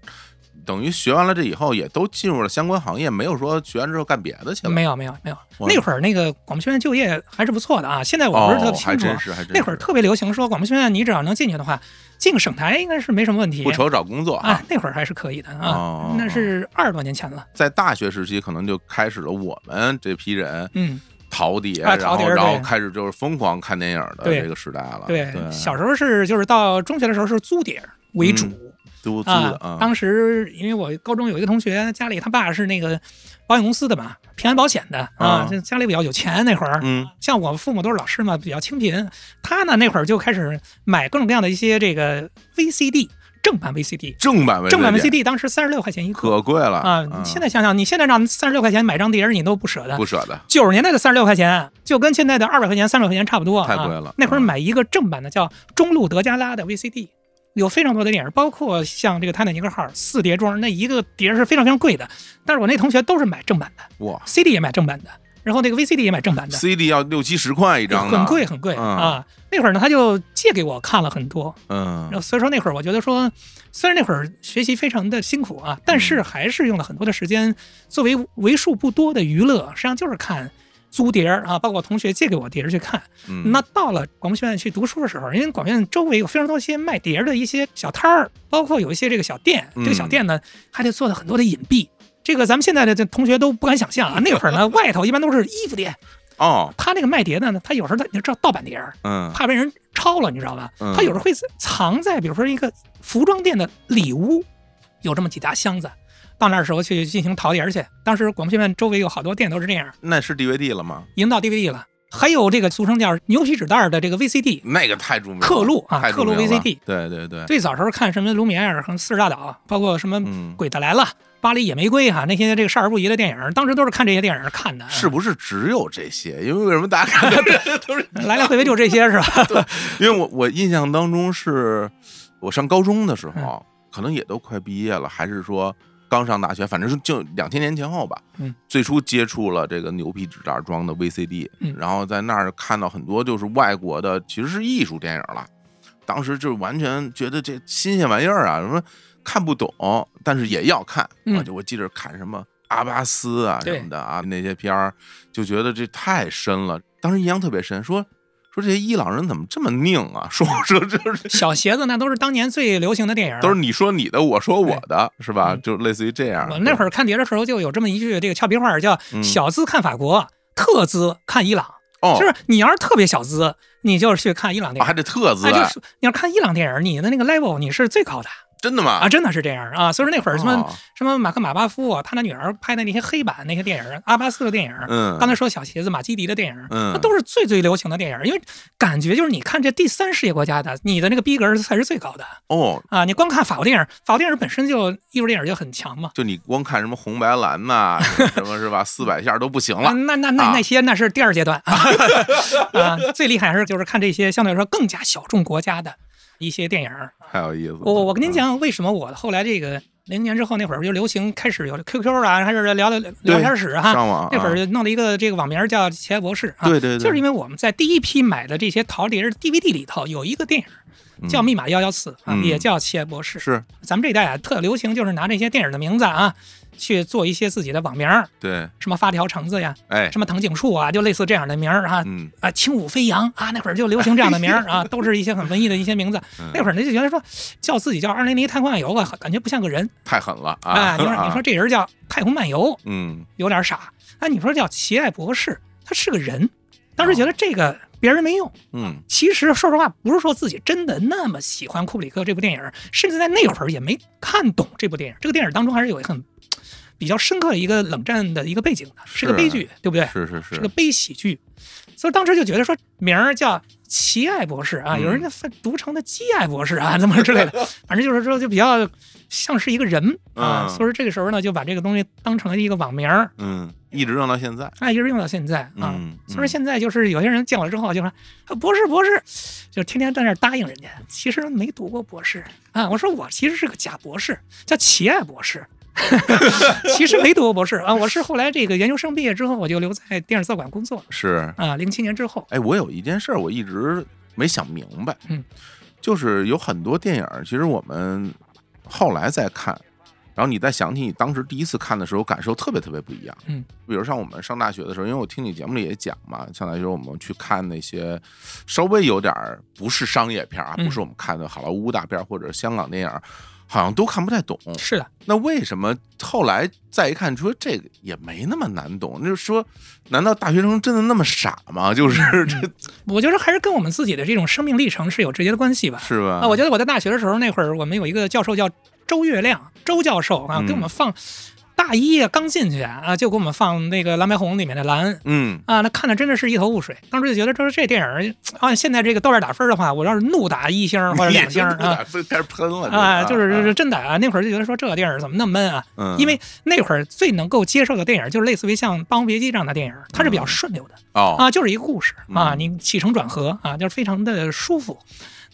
S1: 等于学完了这以后，也都进入了相关行业，没有说学完之后干别的去了。
S2: 没有没有没有，
S1: 哇
S2: 那会儿那个广播学院就业还是不错的啊。现在我不是特
S1: 哦，
S2: 别
S1: 还
S2: 清楚啊，
S1: 真是还真是
S2: 那会儿特别流行说广播学院你只要能进去的话，进省台应该是没什么问题。
S1: 不愁找工作
S2: 啊
S1: 啊，，
S2: 那会儿还是可以的啊
S1: 哦，
S2: 那是二十多年前了。
S1: 在大学时期可能就开始了我们这批人
S2: 嗯，
S1: 淘碟，
S2: 啊
S1: 然
S2: 淘碟
S1: 后
S2: 儿
S1: 然后
S2: 对
S1: 开始就是疯狂看电影的
S2: 对
S1: 这个时代了。
S2: 对，
S1: 啊对，
S2: 小时候是就是到中学的时候是租碟儿为主。
S1: 嗯租租的
S2: 啊，当时因为我高中有一个同学，家里他爸是那个保险公司的嘛，平安保险的啊
S1: 啊，
S2: 这家里比较有钱那会儿，
S1: 嗯
S2: 像我父母都是老师嘛，比较清贫。他呢那会儿就开始买各种各样的一些这个 VCD 正版 VCD，
S1: 正版 VCD，
S2: 正版 VCD 当时三十六块钱一个
S1: 可贵了
S2: 啊！
S1: 嗯
S2: 你现在想想，你现在让三十六块钱买张碟儿，你都不舍得
S1: 不。舍得，
S2: 九十年代的三十六块钱，就跟现在的二百块钱、三百块钱差不多，
S1: 太贵了
S2: 啊。那会儿
S1: 嗯
S2: 买一个正版的叫中路德加拉的 VCD，有非常多的电影，包括像这个《泰坦尼克号》四碟装，那一个碟儿是非常非常贵的。但是我那同学都是买正版的
S1: 哇
S2: ，CD 也买正版的，然后那个 VCD 也买正版的。
S1: ，CD 要六七十块一张呢，
S2: 很贵很贵、
S1: 嗯
S2: 啊！那会儿呢，他就借给我看了很多，然
S1: 嗯，
S2: 后所以说那会儿我觉得说，虽然那会儿学习非常的辛苦啊，但
S1: 嗯
S2: 是还是用了很多的时间作为为数不多的娱乐，实际上就是看。租碟儿啊，包括我同学借给我碟儿去看。
S1: 嗯
S2: 那到了广播学院去读书的时候，因为广播学院周围有非常多一些卖碟儿的一些小摊儿，包括有一些这个小店。这个小
S1: 嗯
S2: 店呢，还得做的很多的隐蔽。这个咱们现在的这同学都不敢想象啊。那会 儿呢，外头一般都是衣服店，
S1: 哦，
S2: 他那个卖碟的呢，他有时候他你知道盗版碟儿，
S1: 嗯
S2: 怕被人抄了，你知道吧？
S1: 嗯
S2: 他有时候会藏在比如说一个服装店的里屋，有这么几大箱子，到那儿时候去进行淘碟儿去。当时广播学院周围有好多店都是这样，
S1: 那是 DVD 了吗？
S2: 已经到 DVD 了，还有这个俗称叫牛皮纸袋儿的这个 VCD。
S1: 那个太著名了，
S2: 刻录啊
S1: 太著名
S2: 刻录
S1: 了
S2: VCD
S1: 对对对，
S2: 最早时候看什么卢米埃尔和四十大岛，包括什么
S1: 嗯
S2: 《鬼子来了》巴黎野玫瑰》啊哈，那些这个少儿不宜的电影，当时都是看这些电影看的啊。
S1: 是不是只有这些？因为为什么大家看的 都是？
S2: 来来回回就这些是吧？
S1: 因为我我印象当中是，我上高中的时
S2: 嗯
S1: 候，可能也都快毕业了，还是说刚上大学，反正是就两千年前后吧。
S2: 嗯，
S1: 最初接触了这个牛皮纸袋装的 VCD，
S2: 嗯
S1: 然后在那儿看到很多就是外国的，其实是艺术电影了。当时就完全觉得这新鲜玩意儿啊，什么看不懂，但是也要看。
S2: 嗯
S1: 啊，就我记着看什么阿巴斯啊
S2: 对
S1: 什么的啊，那些片儿就觉得这太深了。当时印象特别深，说说这些伊朗人怎么这么拧啊？ 说说就是
S2: 小鞋子那都是当年最流行的电影，
S1: 都是你说你的，我说我的，是吧？
S2: 嗯
S1: 就类似于这样。
S2: 我那会
S1: 儿
S2: 儿看碟的时候，就有这么一句这个俏皮话儿，叫“
S1: 啊嗯
S2: 小资看法国，特资看伊朗”。
S1: 哦，
S2: 就是你要是特别小资，你就是去看伊朗
S1: 啊
S2: 电
S1: 还
S2: 影。
S1: 得特字
S2: 哎，，就是你要看伊朗电影，你的那个 level 你是最高的
S1: 真的吗？
S2: 啊，真的是这样啊。所以说那会儿什么
S1: 哦
S2: 什么马克马巴夫啊他那女儿拍的那些黑板那些电影，阿巴斯的电影，
S1: 嗯，
S2: 刚才说小鞋子马基迪的电影，
S1: 嗯
S2: 那都是最最流行的电影，因为感觉就是你看这第三世界国家的，你的那个逼格才是最高的
S1: 哦，
S2: 啊。你光看法国电影，法国电影本身就艺术电影就很强嘛。
S1: 就你光看什么红白蓝呐，什么什么是吧？四百下都不行
S2: 啊，
S1: 了。
S2: 那那那
S1: 啊
S2: 那些那是第二阶段 啊，最厉害还是就是看这些相对来说更加小众国家的一些电影儿。
S1: 太有意思了。嗯
S2: 我我跟您讲，为什么我后来这个零年之后那会儿就流行开始有 QQ 啊，开始聊聊聊天室哈、
S1: 上网啊
S2: 那会儿就弄了一个这个网名叫奇爱博士啊，
S1: 对对对
S2: 就是因为我们在第一批买的这些陶碟儿 DVD 里头有一个电影叫《密码幺幺四》啊，
S1: 嗯
S2: 也叫奇爱博士。
S1: 是
S2: 咱们这一代啊，特流行就是拿这些电影的名字啊，去做一些自己的网名儿，
S1: 对，
S2: 什么发条橙子呀，
S1: 哎
S2: 什，么藤井树啊，就类似这样的名儿啊。
S1: 嗯
S2: 啊，轻舞飞扬啊，那会儿就流行这样的 名儿啊，都是一些很文艺的一些名字。
S1: 嗯
S2: 那会儿呢，就觉得说叫自己叫《二零零一太空漫游》吧，啊感觉不像个人
S1: 太狠了啊！
S2: 啊。你说
S1: 啊
S2: 你说这人叫太空漫游，
S1: 嗯，
S2: 有点傻。那你说叫奇爱博士，他是个人，当时觉得这个别人没用。
S1: 嗯
S2: 其实说实话，不是说自己真的那么喜欢库布里克这部电影，甚至在那会儿也没看懂这部电影。这个电影当中还是有很比较深刻的一个冷战的一个背景的，是个
S1: 是
S2: 悲剧，对不对？
S1: 是是是
S2: 哎是个悲喜剧，所以当时就觉得说名儿叫奇爱博士啊，
S1: 嗯
S2: 有人就翻读成的基爱博士啊，怎么之类 的，反正就是说就比较像是一个人啊，
S1: 嗯
S2: 所以说这个时候呢就把这个东西当成了一个网名儿，
S1: 嗯，一直用到现在，
S2: 啊，一直用到现在啊。
S1: 嗯，
S2: 所以说
S1: 嗯
S2: 现在就是有些人见我之后就说啊博士博士，就天天在那儿答应人家，其实没读过博士啊。我说我其实是个假博士，叫奇爱博士， 其实没读过博士啊。我是后来这个研究生毕业之后，我就留在电影资料馆工作了
S1: 是
S2: 啊，零七年之后，
S1: 哎，我有一件事儿我一直没想明白，
S2: 嗯，
S1: 就是有很多电影儿，其实我们后来再看，然后你再想起你当时第一次看的时候，感受特别特别不一样，
S2: 嗯，
S1: 比如像我们上大学的时候，因为我听你节目里也讲嘛，上大学我们去看那些稍微有点儿不是商业片儿啊，
S2: 嗯
S1: 不是我们看的好莱坞大片儿或者香港电影儿。好像都看不太懂，
S2: 是的，
S1: 那为什么后来再一看，说这个也没那么难懂？就是说，难道大学生真的那么傻吗？就是
S2: 嗯
S1: 这
S2: 我觉得还是跟我们自己的这种生命历程是有直接的关系吧。
S1: 是吧？
S2: 啊，我觉得我在大学的时候那会儿，我们有一个教授叫周月亮，周教授啊，
S1: 嗯
S2: 给我们放大一啊刚进去啊，就给我们放那个《蓝白红》里面的蓝。
S1: 嗯，
S2: 啊，那看的真的是一头雾水。当时就觉得，就是这电影儿，按现在这个豆瓣打分的话，我要是怒打一星儿或者 两星儿啊
S1: 分开始喷了
S2: 啊，就是就
S1: 啊
S2: 是真的啊。那会儿就觉得说这个电影儿怎么那么闷啊？
S1: 嗯，
S2: 因为那会儿最能够接受的电影，就是类似于像《霸王别姬》这样的电影，它是比较顺溜的。
S1: 哦，
S2: 啊，就是一个故事啊，
S1: 嗯
S2: 你起承转合啊，就是非常的舒服。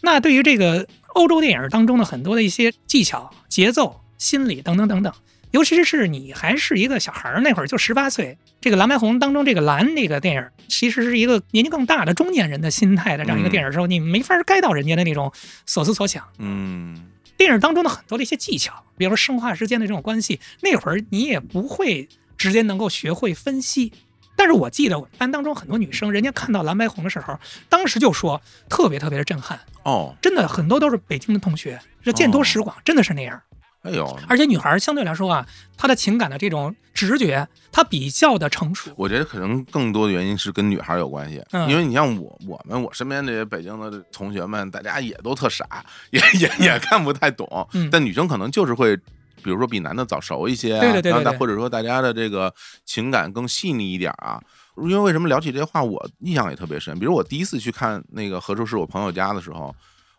S2: 那对于这个欧洲电影当中的很多的一些技巧、节奏、心理等等等等，尤其是你还是一个小孩儿那会儿，就十八岁，这个《蓝白红》当中这个蓝这个电影，其实是一个年纪更大的中年人的心态的这样一个
S1: 嗯
S2: 电影的时候，你没法儿 get 到人家的那种所思所想。
S1: 嗯，
S2: 电影当中的很多的一些技巧，比如说生化之间的这种关系，那会儿你也不会直接能够学会分析。但是我记得我们班当中很多女生，人家看到蓝白红的时候，当时就说特别特别的震撼，
S1: 哦，
S2: 真的很多都是北京的同学，这见多识广，真的是那样。
S1: 哎呦，
S2: 而且女孩儿相对来说啊，她的情感的这种直觉，她比较的成熟。
S1: 我觉得可能更多的原因是跟女孩有关系，
S2: 嗯
S1: 因为你像我，我们我身边这些北京的同学们，大家也都特傻， 也也也看不太懂，
S2: 嗯
S1: 但女生可能就是会。比如说比男的早熟一些、啊，
S2: 对对对对
S1: 然后大
S2: 对
S1: 或者说大家的这个情感更细腻一点啊。因为为什么聊起这些话，我印象也特别深。比如我第一次去看那个何处是我朋友家的时候，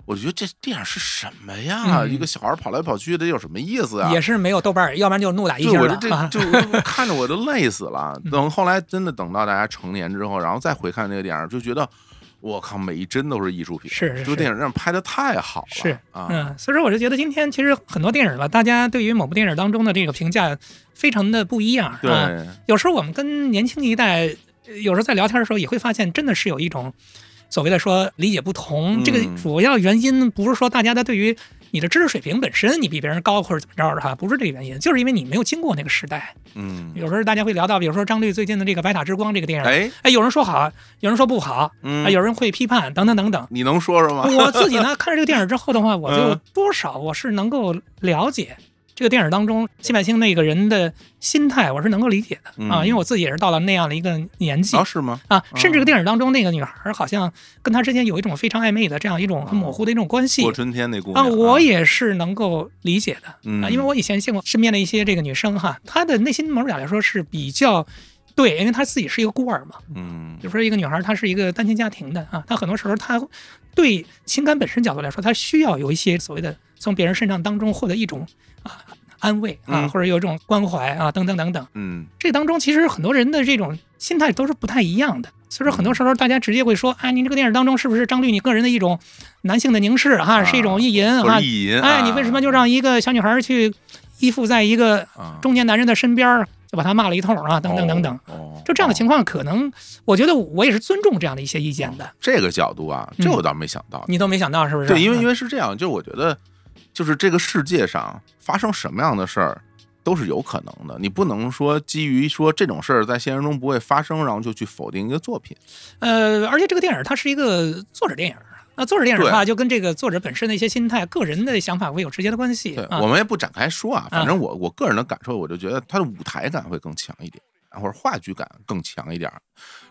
S1: 我就觉得这电影是什么呀？
S2: 嗯
S1: 一个小孩跑来跑去的，有什么意思啊？
S2: 也是没有豆瓣儿，要不然就怒打一
S1: 就
S2: 星
S1: 我
S2: 儿
S1: 这
S2: 了
S1: 这
S2: 啊。
S1: 就就看着我都累死 了。等后来真的等到大家成年之后，然后再回看这个电影，就觉得我靠，每一帧都是艺术品。
S2: 是是
S1: 这部
S2: 是
S1: 电影让拍的太好了。
S2: 是
S1: 啊，
S2: 嗯，所以说我就觉得今天其实很多电影吧，大家对于某部电影当中的这个评价非常的不一样
S1: 对，
S2: 啊。有时候我们跟年轻一代，呃有时候在聊天的时候也会发现，真的是有一种所谓的说理解不同。
S1: 嗯
S2: 这个主要原因不是说大家的对于你的知识水平本身你比别人高或者怎么着的哈，不是这个原因，就是因为你没有经过那个时代。
S1: 嗯，
S2: 有时候大家会聊到，比如说张律最近的这个《白塔之光》这个电影，哎，
S1: 哎，
S2: 有人说好，有人说不好，
S1: 嗯
S2: 啊，有人会批判等等等等。
S1: 你能说说 吗？
S2: 我自己呢，看了这个电影之后的话，我就
S1: 嗯
S2: 多少我是能够了解这个电影当中谢百清那个人的心态，我是能够理解的、
S1: 嗯
S2: 啊，因为我自己也是到了那样的一个年纪。
S1: 啊，是吗？
S2: 啊，甚至这个电影当中那个女孩儿好像跟他之间有一种非常暧昧的这样一种很模糊的一种关系
S1: 过春天那姑
S2: 啊，
S1: 娘
S2: 我也是能够理解的、
S1: 嗯
S2: 啊，因为我以前见过身边的一些这个女生哈，她的内心某种角度来说是比较对，因为她自己是一个孤儿嘛，
S1: 嗯
S2: 比如说一个女孩，她是一个单亲家庭的啊，她很多时候她对情感本身角度来说，她需要有一些所谓的从别人身上当中获得一种啊安慰啊，
S1: 嗯
S2: 或者有一种关怀啊，等等等等。
S1: 嗯
S2: 这当中其实很多人的这种心态都是不太一样的，所以说很
S1: 嗯
S2: 多时候大家直接会说，哎，您这个电影当中是不是张律你个人的一种男性的凝视哈、
S1: 啊
S2: 是一种意淫
S1: 或
S2: 哈、
S1: 者意淫啊，
S2: 哎，你为什么就让一个小女孩去依附在一个
S1: 啊
S2: 中年男人的身边儿，就把他骂了一通啊，等等等等。，
S1: 哦
S2: 就这样的
S1: 哦
S2: 情况，可能我觉得我也是尊重这样的一些意见的，
S1: 这个角度啊，
S2: 嗯
S1: 这我倒没想到。
S2: 你都没想到是不是？
S1: 对，因为因
S2: 为
S1: 为是这样，就是我觉得，就是这个世界上发生什么样的事儿都是有可能的，你不能说基于说这种事儿在现实中不会发生，然后就去否定一个作品。
S2: 呃，而且这个电影它是一个作者电影。啊那作者电影的话，就跟这个作者本身的一些心态、个人的想法会有直接的关系
S1: 对，
S2: 啊
S1: 我。们也不展开说啊，反正我我个人的感受，我就觉得它的舞台感会更强一点，或者话剧感更强一点儿。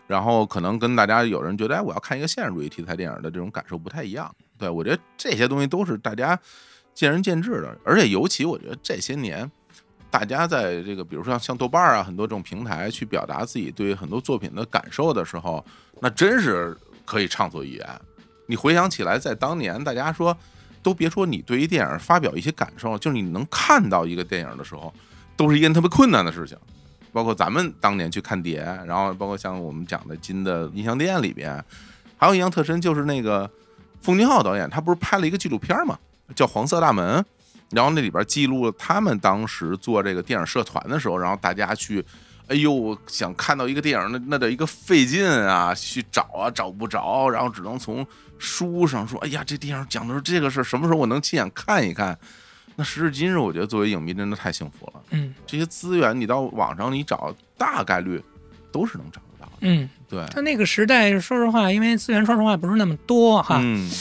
S1: 然后可能跟大家有人觉得，哎，我要看一个现实主义题材电影的这种感受不太一样。对我觉得这些东西都是大家见仁见智的，而且尤其我觉得这些年。大家在这个，比如说像像豆瓣儿啊，很多这种平台去表达自己对很多作品的感受的时候，那真是可以畅所欲言。你回想起来，在当年大家说，都别说你对于电影发表一些感受，就是你能看到一个电影的时候，都是一件特别困难的事情。包括咱们当年去看碟，然后包括像我们讲的金的音像店里边，还有印象特深就是那个奉俊昊导演，他不是拍了一个纪录片嘛，叫《黄色大门》，然后那里边记录了他们当时做这个电影社团的时候，然后大家去。哎呦，想看到一个电影，那那得一个费劲啊，去找啊，找不着，然后只能从书上说，哎呀，这电影讲的是这个事儿，什么时候我能亲眼看一看？那时至今日，我觉得作为影迷真的太幸福了。
S2: 嗯
S1: 这些资源你到网上你找，大概率都是能找得到的。
S2: 嗯，
S1: 对，
S2: 但那个时代，说实话，因为资源说实话不是那么多哈，
S1: 嗯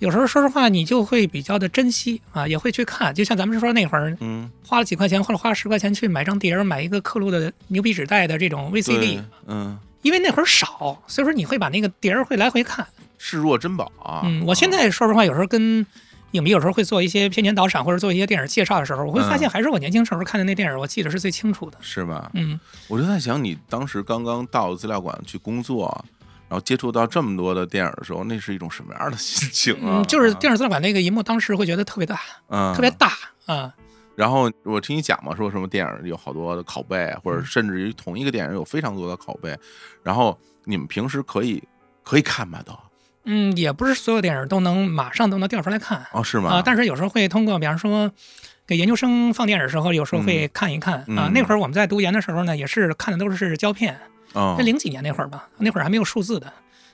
S2: 有时候说实话你就会比较的珍惜啊，也会去看。就像咱们说那会儿
S1: 嗯，
S2: 花了几块钱，或者花了十块钱去买张碟儿，买一个刻录的牛皮纸带的这种 VCD，
S1: 对，嗯，
S2: 因为那会儿少，所以说你会把那个碟儿会来回看。
S1: 视若珍宝啊。
S2: 嗯，我现在说实话，有时候跟影迷有时候会做一些片前导赏或者做一些电影介绍的时候，我会
S1: 嗯
S2: 发现还是我年轻时候看的那电影，我记得是最清楚的
S1: 啊。是吧？
S2: 嗯，
S1: 我就在想，你当时刚刚到资料馆去工作，然后接触到这么多的电影的时候，那是一种什么样的心情啊？
S2: 嗯，就是电影资料馆那个银幕，当时会觉得特别大，
S1: 嗯
S2: 特别大啊。
S1: 然后我听你讲嘛，说什么电影有好多的拷贝，或者
S2: 嗯
S1: 甚至于同一个电影有非常多的拷贝。然后你们平时可以可以看吧都
S2: 嗯，也不是所有电影都能马上都能调出来看
S1: 哦是吗？
S2: 啊，但是有时候会通过，比方说给研究生放电影的时候，有时候会看一看、啊
S1: 嗯。
S2: 那会儿我们在读研的时候呢，也是看的都是胶片，
S1: 嗯
S2: 那、零几年那会儿吧，那会儿还没有数字的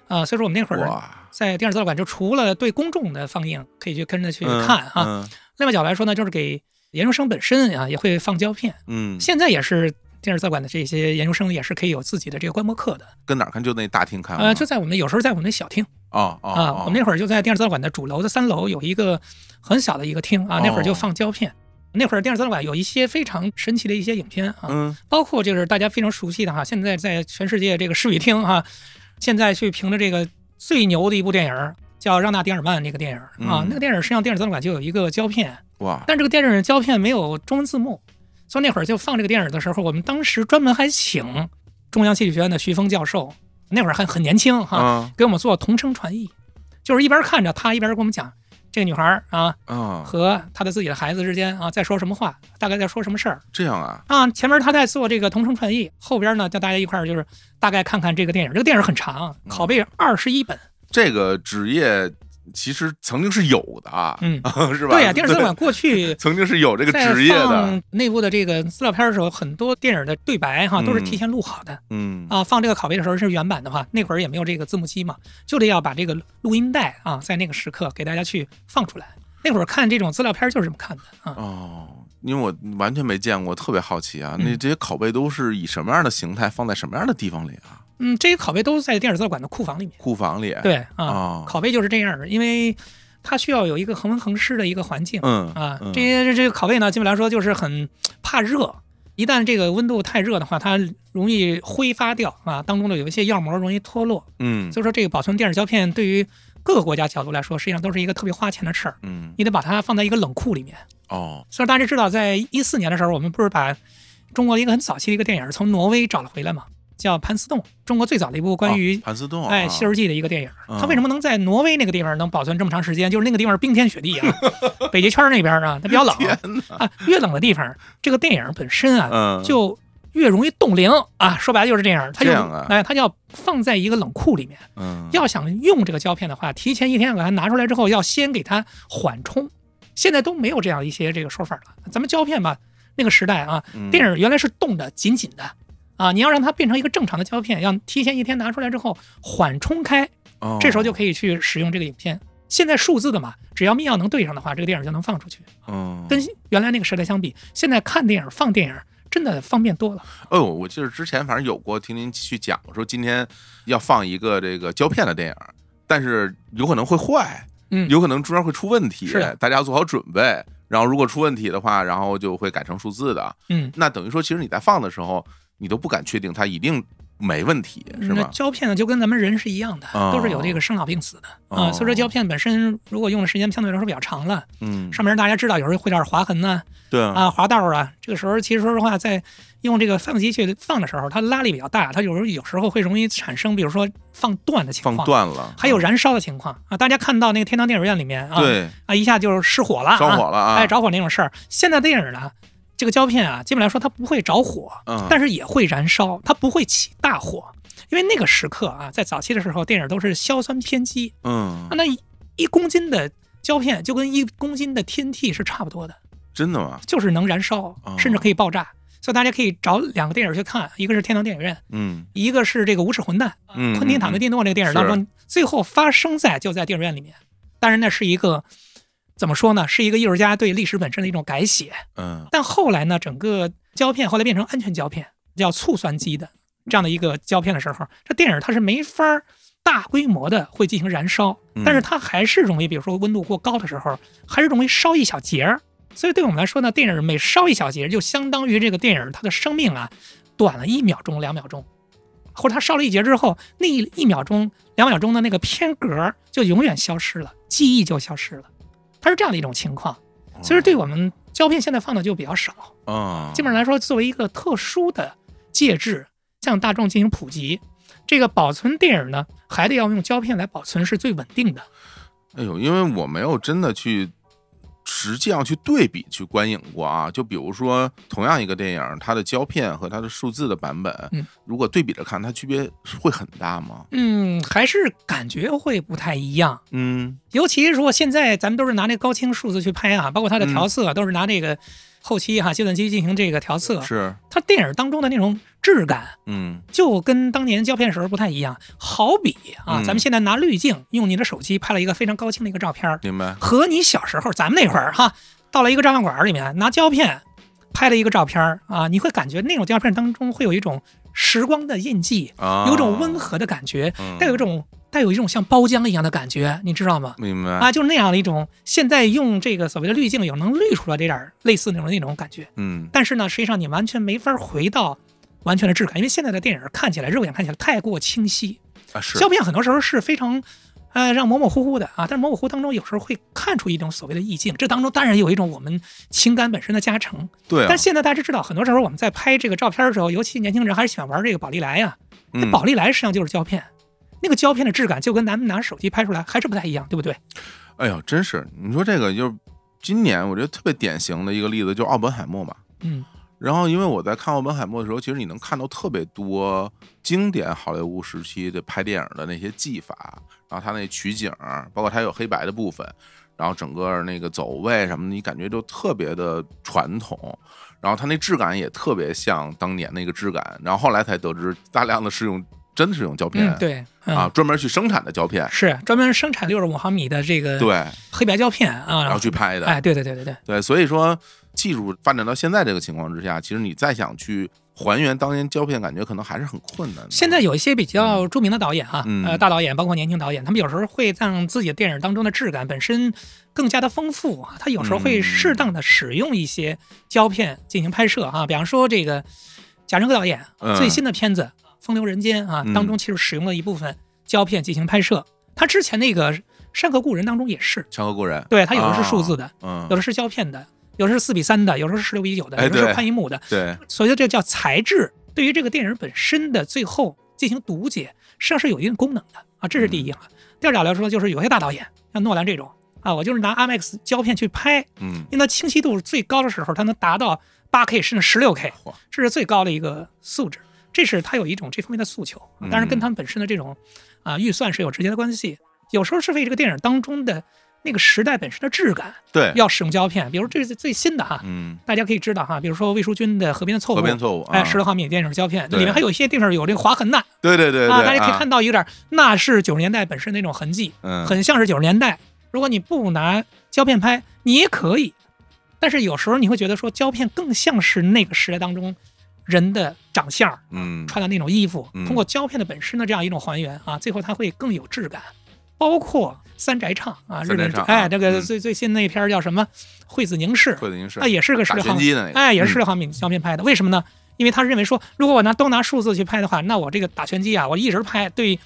S2: 啊，所以说我们那会儿
S1: 哇，
S2: 在电影资料馆就除了对公众的放映可以去跟着去看啊，
S1: 嗯
S2: 另外角来说呢，就是给研究生本身啊也会放胶片，
S1: 嗯，嗯
S2: 现在也是。电影资料馆的这些研究生也是可以有自己的这个观摩课的，
S1: 跟哪儿看就那大厅看吗
S2: 呃，就在我们有时候在我们的小厅，
S1: 哦啊哦
S2: 啊，我们那
S1: 会
S2: 会儿就在电影资料馆的主楼的三楼有一个很小的一个厅啊，那会儿就
S1: 哦
S2: 放胶片。那会儿电影资料馆有一些非常神奇的一些影片啊，
S1: 嗯
S2: 包括就是大家非常熟悉的哈，现在在全世界这个视语厅哈，现在去评的这个最牛的一部电影儿叫《让娜·迪尔曼》那个电影儿啊，
S1: 嗯
S2: 那个电影儿实际上电影资料馆就有一个胶片，
S1: 哇
S2: 但这个电影胶片没有中文字幕，所以那会儿就放这个电影的时候，我们当时专门还请中央戏剧学院的徐峰教授，那会儿还很年轻哈，
S1: 啊
S2: 给我们做同声传译，就是一边看着他一边跟我们讲这个女孩儿啊
S1: 啊
S2: 和她的自己的孩子之间啊在说什么话，大概在说什么事儿
S1: 这样啊
S2: 啊。前面他在做这个同声传译，后边呢叫大家一块儿就是大概看看这个电影。这个电影很长，
S1: 嗯
S2: 拷贝二十一本。
S1: 这个职业其实曾经是有的啊，
S2: 嗯
S1: 是吧？。
S2: 对呀、电视资料馆过去
S1: 曾经是有这个
S2: 在
S1: 职业的，
S2: 放内部的这个资料片的时候，很多电影的对白哈都是
S1: 嗯
S2: 提前录好的
S1: 嗯
S2: 啊。放这个拷贝的时候是原版的话，那会儿也没有这个字幕机嘛，就得要把这个录音带啊，在那个时刻给大家去放出来。那会儿看这种资料片就是这么看的啊。
S1: 哦，因为我完全没见过，特别好奇啊。
S2: 嗯
S1: 那这些拷贝都是以什么样的形态放在什么样的地方里啊？
S2: 嗯，这些拷贝都在电影资料馆的库房里面。
S1: 库房里？，
S2: 对啊，
S1: 哦，
S2: 拷贝就是这样的，因为它需要有一个恒温恒湿的一个环境
S1: 嗯
S2: 啊。
S1: 嗯
S2: 这些这个拷贝呢，基本来说就是很怕热，一旦这个温度太热的话，它容易挥发掉啊，当中的有一些药膜容易脱落。
S1: 嗯
S2: 所以说，这个保存电影胶片对于各个国家角度来说，实际上都是一个特别花钱的事儿。
S1: 嗯
S2: 你得把它放在一个冷库里面。
S1: 哦
S2: 所以大家知道，在一四年的时候，我们不是把中国的一个很早期的一个电影从挪威找了回来嘛？叫《盘丝洞》，中国最早的一部关于、
S1: 啊盘丝洞，
S2: 哎，
S1: 啊
S2: 《西游记》的一个电影，
S1: 嗯
S2: 它为什么能在挪威那个地方能保存这么长时间？就是那个地方冰天雪地啊， 北极圈那边啊，它比较冷
S1: 天
S2: 啊，越冷的地方，这个电影本身啊
S1: 嗯，
S2: 就越容易冻龄啊。说白了就是这样，它就
S1: 这样啊
S2: 哎，它要放在一个冷库里面。
S1: 嗯
S2: 要想用这个胶片的话，提前一天把它拿出来之后，要先给它缓冲。现在都没有这样一些这个说法了。咱们胶片吧，那个时代啊，
S1: 嗯
S2: 电影原来是冻得紧紧的啊，你要让它变成一个正常的胶片，要提前一天拿出来之后缓冲开，
S1: 哦
S2: 这时候就可以去使用这个影片。现在数字的嘛，只要密钥能对上的话，这个电影就能放出去。
S1: 嗯
S2: 跟原来那个时代相比，现在看电影放电影真的方便多了。
S1: 哦，我记得之前反正有过听您去讲，我说今天要放一个这个胶片的电影，但是有可能会坏，
S2: 嗯
S1: 有可能中间会出问题，
S2: 是的
S1: 大家做好准备。然后如果出问题的话，然后就会改成数字的。
S2: 嗯，
S1: 那等于说，其实你在放的时候，你都不敢确定它一定没问题，是
S2: 那
S1: 吗？
S2: 胶片呢，就跟咱们人是一样的，
S1: 哦
S2: 都是有这个生老病死的啊、
S1: 哦
S2: 所以说胶片本身如果用的时间相对来说比较长了，
S1: 嗯，
S2: 上面大家知道有时候会有点划痕呐、
S1: 对
S2: 啊、，划道啊。这个时候其实说实话，在用这个放机去放的时候，它拉力比较大，它有时候有时候会容易产生，比如说放断的情
S1: 放
S2: 况，
S1: 断了，嗯
S2: 还有燃烧的情况啊。大家看到那个天堂电影院里面啊，
S1: 对
S2: 啊，一下就是失火了，
S1: 着火了啊
S2: 哎，着火那种事儿。现在电影呢，这个胶片啊，基本来说它不会着火，
S1: 嗯
S2: 但是也会燃烧，它不会起大火，因为那个时刻啊，在早期的时候，电影都是硝酸偏激，
S1: 嗯
S2: 啊，，那一一公斤的胶片就跟一公斤的天梯是差不多的，
S1: 真的吗？
S2: 就是能燃烧
S1: 哦，
S2: 甚至可以爆炸。所以大家可以找两个电影去看，一个是《天堂电影院》，
S1: 嗯
S2: 一个是这个《无耻混蛋》啊，
S1: 嗯
S2: 昆汀·塔
S1: 嗯
S2: 伦蒂诺这个电影当中，最后发生在就在电影院里面。当然，那是一个怎么说呢？是一个艺术家对历史本身的一种改写。
S1: 嗯
S2: 但后来呢，整个胶片后来变成安全胶片，叫醋酸基的这样的一个胶片的时候，这电影它是没法儿大规模的会进行燃烧
S1: 嗯，
S2: 但是它还是容易，比如说温度过高的时候，还是容易烧一小截儿。所以对我们来说呢，电影每烧一小节，就相当于这个电影它的生命啊短了一秒钟、两秒钟，或者它烧了一节之后，那一一秒钟、两秒钟的那个偏格儿就永远消失了，记忆就消失了。它是这样的一种情况。其实对我们胶片现在放的就比较少，
S1: 啊，
S2: 基本上来说，作为一个特殊的介质，向大众进行普及。这个保存电影呢，还得要用胶片来保存，是最稳定的。
S1: 哎呦，因为我没有真的去实际上去对比去观影过啊。就比如说同样一个电影，它的胶片和它的数字的版本，
S2: 嗯
S1: 如果对比着看，它区别会很大吗？
S2: 嗯，还是感觉会不太一样。
S1: 嗯
S2: 尤其是说现在咱们都是拿那高清数字去拍啊，包括它的
S1: 嗯
S2: 调色啊、都是拿这个后期哈、计算机进行这个调色。
S1: 是，
S2: 它电影当中的那种质感，
S1: 嗯
S2: 就跟当年胶片时候不太一样。好比啊，
S1: 嗯
S2: 咱们现在拿滤镜用你的手机拍了一个非常高清的一个照片儿，
S1: 明白。
S2: 和你小时候咱们那会儿哈，到了一个照相馆里面拿胶片拍了一个照片儿啊，你会感觉那种胶片当中会有一种时光的印记，
S1: 啊，
S2: 有一种温，和的感觉
S1: 嗯，
S2: 带有一种带有一种像包浆一样的感觉，你知道吗？
S1: 明白
S2: 啊，就是那样的一种，现在用这个所谓的滤镜有能滤出来这点儿类似那种那种感觉，
S1: 嗯，
S2: 但是呢，实际上你完全没法回到完全的质感，因为现在的电影看起来肉眼看起来太过清晰，
S1: 啊是
S2: 胶片很多时候是非常，呃，让模模糊糊的啊，但是模模糊当中有时候会看出一种所谓的意境，这当中当然有一种我们情感本身的加成。
S1: 对啊，
S2: 但现在大家知道，很多时候我们在拍这个照片的时候，尤其年轻人还是喜欢玩这个宝丽来呀、那
S1: 嗯
S2: 宝丽来实际上就是胶片，那个胶片的质感就跟咱们拿手机拍出来还是不太一样，对不对？
S1: 哎呦，真是你说这个就是今年我觉得特别典型的一个例子，就是奥本海默吧。
S2: 嗯
S1: 然后，因为我在看奥本海默的时候，其实你能看到特别多经典好莱坞时期的拍电影的那些技法，然后它那取景，包括它有黑白的部分，然后整个那个走位什么的，你感觉都特别的传统。然后它那质感也特别像当年那个质感。然后后来才得知，大量的是用真的是用胶片，
S2: 嗯，对，嗯、
S1: 啊，专门去生产的胶片，
S2: 是专门生产六十五毫米的这个
S1: 对，
S2: 黑白胶片啊，
S1: 然后去拍的。
S2: 哎，对对对对对，
S1: 对，所以说技术发展到现在这个情况之下，其实你再想去还原当年胶片，感觉可能还是很困难的。
S2: 现在有一些比较著名的导演啊，
S1: 嗯
S2: 呃，大导演包括年轻导演，他们有时候会让自己的电影当中的质感本身更加的丰富啊。他有时候
S1: 嗯
S2: 会适当的使用一些胶片进行拍摄啊，比方说这个贾樟柯导演
S1: 嗯
S2: 最新的片子《风流人间》啊
S1: 嗯，
S2: 当中其实使用了一部分胶片进行拍摄。他之前那个《山河故人》当中也是，
S1: 《山河故人》
S2: 对，他有的是数字的，
S1: 啊，嗯，
S2: 有的是胶片的，有的是四比三的，有的是十六比九的，
S1: 哎
S2: 有的是
S1: 对
S2: 宽银幕的，
S1: 对，
S2: 所以这叫材质。对于这个电影本身的最后进行读解，实际上是有一定功能的啊，这是第
S1: 嗯
S2: 一啊。第二点来说，就是有些大导演像诺兰这种啊，我就是拿 IMAX 胶片去拍，
S1: 嗯，
S2: 因为它清晰度最高的时候，它能达到八 K 甚至十六 K，
S1: 嚯
S2: 这是最高的一个素质。这是它有一种这方面的诉求，啊
S1: 嗯
S2: 当然跟他们本身的这种啊、预算是有直接的关系。有时候是为这个电影当中的那个时代本身的质感
S1: 对，
S2: 要使用胶片，比如这是最新的哈，
S1: 嗯，
S2: 大家可以知道哈，比如说魏淑君的《河边的错误》，
S1: 河边错误，
S2: 哎，
S1: 啊
S2: 十六毫米电影胶片，那里
S1: 对
S2: 面还有一些电影有这个划痕呢，
S1: 对对对对，
S2: 啊，大家可以看
S1: 到，
S2: 到有点那是九十年代本身那种痕迹，
S1: 嗯，
S2: 很像是九十年代。如果你不拿胶片拍，你也可以，但是有时候你会觉得说胶片更像是那个时代当中人的长相，
S1: 嗯，
S2: 穿的那种衣服
S1: 嗯，
S2: 通过胶片的本身的这样一种还原啊，最后它会更有质感。包括三宅唱啊，日
S1: 三宅
S2: 本
S1: 唱啊
S2: 哎，这个
S1: 嗯
S2: 最最新那篇叫什么《惠子凝视》，
S1: 会的影视
S2: 那也是个十
S1: 打
S2: 六毫
S1: 拳
S2: 米
S1: 击的那个，
S2: 哎，也是
S1: 嗯
S2: 十六毫米胶片拍的。为什么呢？因为他认为说，如果我拿都拿数字去拍的话，那我这个打拳击啊，我一直拍，对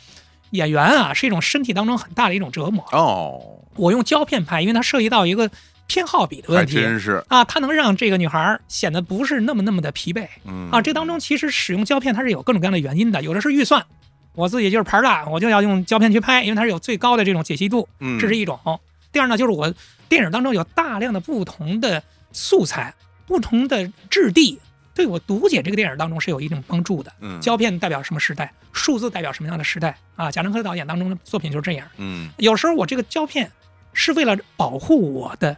S2: 演员啊是一种身体当中很大的一种折磨。
S1: 哦，
S2: 我用胶片拍，因为它涉及到一个偏好比的
S1: 还
S2: 问题
S1: 真是，
S2: 啊，它能让这个女孩儿显得不是那么那么的疲惫
S1: 嗯
S2: 啊。这当中其实使用胶片它是有各种各样的原因的，有的是预算，我自己就是牌儿大，我就要用胶片去拍，因为它是有最高的这种解析度。
S1: 嗯
S2: 这是一种。第二呢，就是我电影当中有大量的不同的素材、不同的质地，对我读解这个电影当中是有一定帮助的。
S1: 嗯
S2: 胶片代表什么时代，数字代表什么样的时代啊？贾樟柯导演当中的作品就是这样。
S1: 嗯，
S2: 有时候我这个胶片是为了保护我的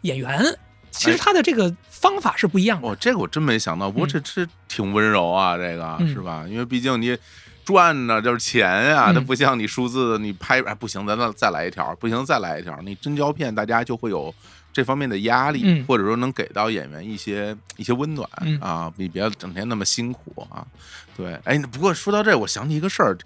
S2: 演员，其
S1: 哎
S2: 实他的这个方法是不一样的。
S1: 哦，这个我真没想到，不过
S2: 嗯
S1: 这这挺温柔啊，这个
S2: 嗯
S1: 是吧？因为毕竟你赚的就是钱啊，它
S2: 嗯
S1: 不像你数字，你拍哎不行，咱再再来一条，不行再来一条，你真胶片大家就会有。这方面的压力，
S2: 嗯
S1: 或者说能给到演员一些一些温暖
S2: 嗯
S1: 啊，你别整天那么辛苦啊。对，哎，不过说到这，我想起一个事儿，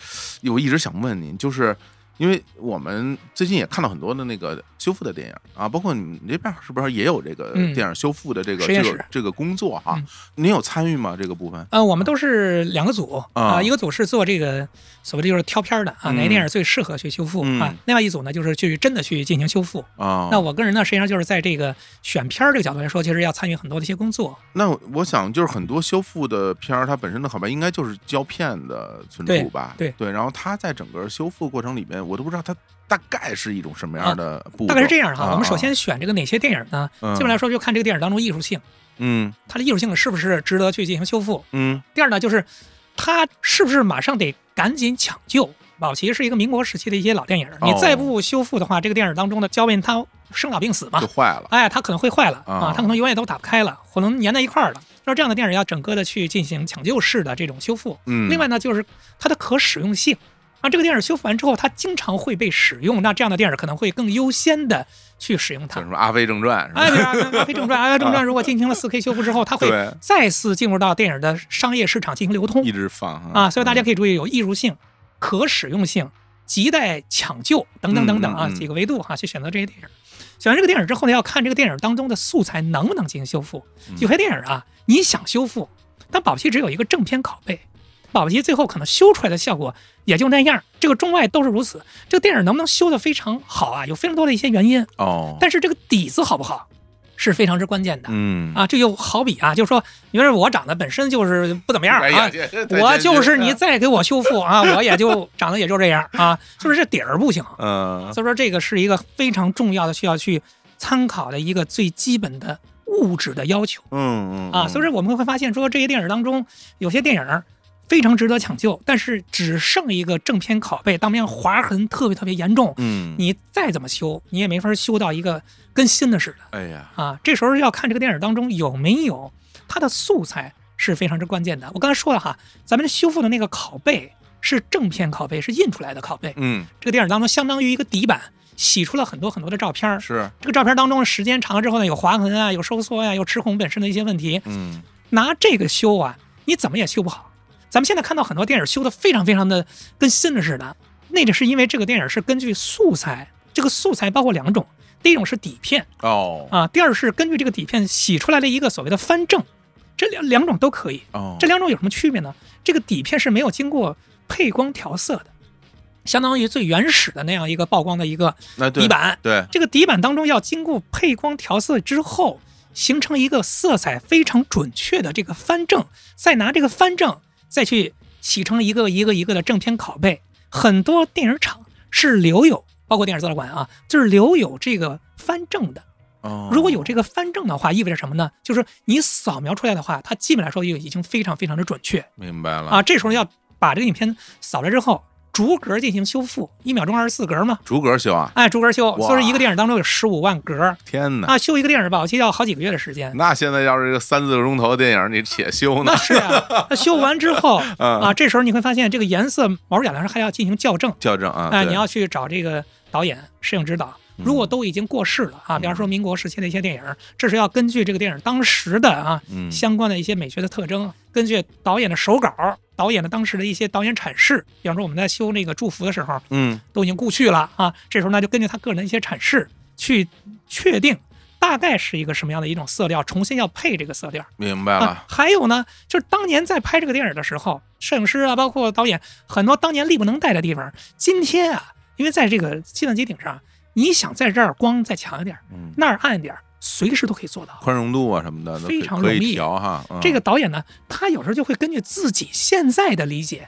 S1: 我一直想问您，就是因为我们最近也看到很多的那个修复的电影啊，包括你们这边是不是也有这个
S2: 嗯
S1: 电影修复的这个、
S2: 实
S1: 这
S2: 验
S1: 个
S2: 室
S1: 这个工作哈、
S2: 嗯
S1: 您有参与吗？这个部分？
S2: 呃，我们都是两个组啊、
S1: 啊
S2: 一个组是做这个所谓的就是挑片儿的啊，
S1: 嗯
S2: 哪个电影最适合去修复、啊
S1: 嗯；
S2: 另外一组呢，就是去真的去进行修复。
S1: 啊，
S2: 那我个人呢，实际上就是在这个选片儿这个角度来说，其实要参与很多的一些工作。
S1: 那我我想就是很多修复的片儿，它本身的好吧，应该就是胶片的存储
S2: 对
S1: 吧，
S2: 对
S1: 然后它在整个修复过程里面，我都不知道它大概是一种什么样的步骤、
S2: 啊大概是这样哈，
S1: 啊
S2: 我们首先选这个哪些电影呢？
S1: 嗯
S2: 基本来说就看这个电影当中艺术性，
S1: 嗯
S2: 它的艺术性是不是值得去进行修复。
S1: 嗯
S2: 第二呢，就是它是不是马上得赶紧抢救。老其实是一个民国时期的一些老电影，
S1: 哦
S2: 你再不修复的话，这个电影当中的胶片它生老病死嘛
S1: 就，坏了，
S2: 哎，它可能会坏了
S1: 啊
S2: 啊，它可能永远都打不开了，可能粘在一块儿了。要这样的电影要整个的去进行抢救式的这种修复，
S1: 嗯，
S2: 另外呢，就是它的可使用性啊，这个电影修复完之后，它经常会被使用，那这样的电影可能会更优先的去使用
S1: 叫
S2: 它
S1: 什。么《阿飞正传》是吧？
S2: 哎，比如《阿飞正传》，《阿飞正传》如果进行了 4K 修复之后，它会
S1: 对
S2: 再次进入到电影的商业市场进行流通
S1: 一直放哈
S2: 啊，所以大家可以注意有艺术性、可使用性、亟待抢救等等等等啊
S1: 嗯嗯嗯
S2: 几个维度哈、去选择这些电影。选完这个电影之后呢，要看这个电影当中的素材能不能进行修复。
S1: 嗯
S2: 有些电影啊，你想修复，但保不齐只有一个正片拷贝，保不齐最后可能修出来的效果也就那样。这个中外都是如此。这个电影能不能修得非常好啊，有非常多的一些原因，
S1: 哦，
S2: 但是这个底子好不好是非常之关键的。
S1: 嗯
S2: 啊，这就好比啊，就是说，因为我长得本身就是不怎么样啊，
S1: 哎呀这 这这
S2: 我就是
S1: 啊
S2: 你再给我修复啊， 我也就长得也就这样啊，就是这底儿不行。啊
S1: 嗯
S2: 所以说，这个是一个非常重要的需要去参考的一个最基本的物质的要求
S1: 嗯嗯
S2: 啊。所以说，我们会发现说，这些电影当中有些电影非常值得抢救，但是只剩一个正片拷贝，当面划痕特别特别严重，
S1: 嗯，
S2: 你再怎么修，你也没法修到一个跟新的似的。
S1: 哎呀，
S2: 啊，这时候要看这个电影当中有没有它的素材是非常之关键的。我刚才说了哈，咱们修复的那个拷贝是正片拷贝，是印出来的拷贝。
S1: 嗯
S2: 这个电影当中相当于一个底板，洗出了很多很多的照片儿。
S1: 是，
S2: 这个照片当中时间长了之后呢，有划痕啊，有收缩呀、有齿孔本身的一些问题。
S1: 嗯
S2: 拿这个修啊，你怎么也修不好。咱们现在看到很多电影修的非常非常的跟新的似的，那个是因为这个电影是根据素材，这个素材包括两种，第一种是底片，
S1: 哦
S2: 啊，第二是根据这个底片洗出来的一个所谓的翻正，这两两种都可以。
S1: 哦，
S2: 这两种有什么区别呢？这个底片是没有经过配光调色的，相当于最原始的那样一个曝光的一个
S1: 那对
S2: 底板。
S1: 对，
S2: 这个底板当中要经过配光调色之后，形成一个色彩非常准确的这个翻正，再拿这个翻正再去洗成一个一个一个的正片拷贝。很多电影厂是留有，包括电影资料馆啊，就是留有这个翻正的。
S1: 哦
S2: 如果有这个翻正的话，意味着什么呢？就是你扫描出来的话，它基本来说就已经非常非常的准确
S1: 明白了
S2: 啊。这时候要把这个影片扫了之后，逐格进行修复，一秒钟二十四格嘛，
S1: 逐格修啊，
S2: 哎，逐格修，
S1: 哇
S2: 所以一个电影当中有十五万格
S1: 天哪！
S2: 啊，修一个电影吧，我记得要好几个月的时间。
S1: 那现在要是这个三四个钟头的电影，你且修呢
S2: 那？是 啊，那修完之后
S1: 嗯
S2: 啊，这时候你会发现这个颜色毛染两上还要进行校正，
S1: 校正啊，
S2: 哎，
S1: 对嗯
S2: 你要去找这个导演、摄影指导。如果都已经过世了啊，比方说民国时期的一些电影，这是要根据这个电影当时的啊
S1: 嗯
S2: 相关的一些美学的特征，啊根据导演的手稿、导演的当时的一些导演阐释，比方说我们在修那个《祝福》的时候，
S1: 嗯
S2: 都已经故去了啊，这时候呢就根据他个人的一些阐释去确定大概是一个什么样的一种色调，重新要配这个色调。
S1: 明白
S2: 啊
S1: 了，，
S2: 还有呢，就是当年在拍这个电影的时候，摄影师啊，包括导演，很多当年力不能逮的地方，今天啊，因为在这个计算机顶上，你想在这儿光再强一点儿，
S1: 嗯，
S2: 那儿暗一点儿，随时都可以做到。
S1: 宽容度啊什么的都可以
S2: 非常
S1: 可
S2: 容
S1: 以
S2: 易
S1: 调哈。嗯
S2: 这个导演呢，他有时候就会根据自己现在的理解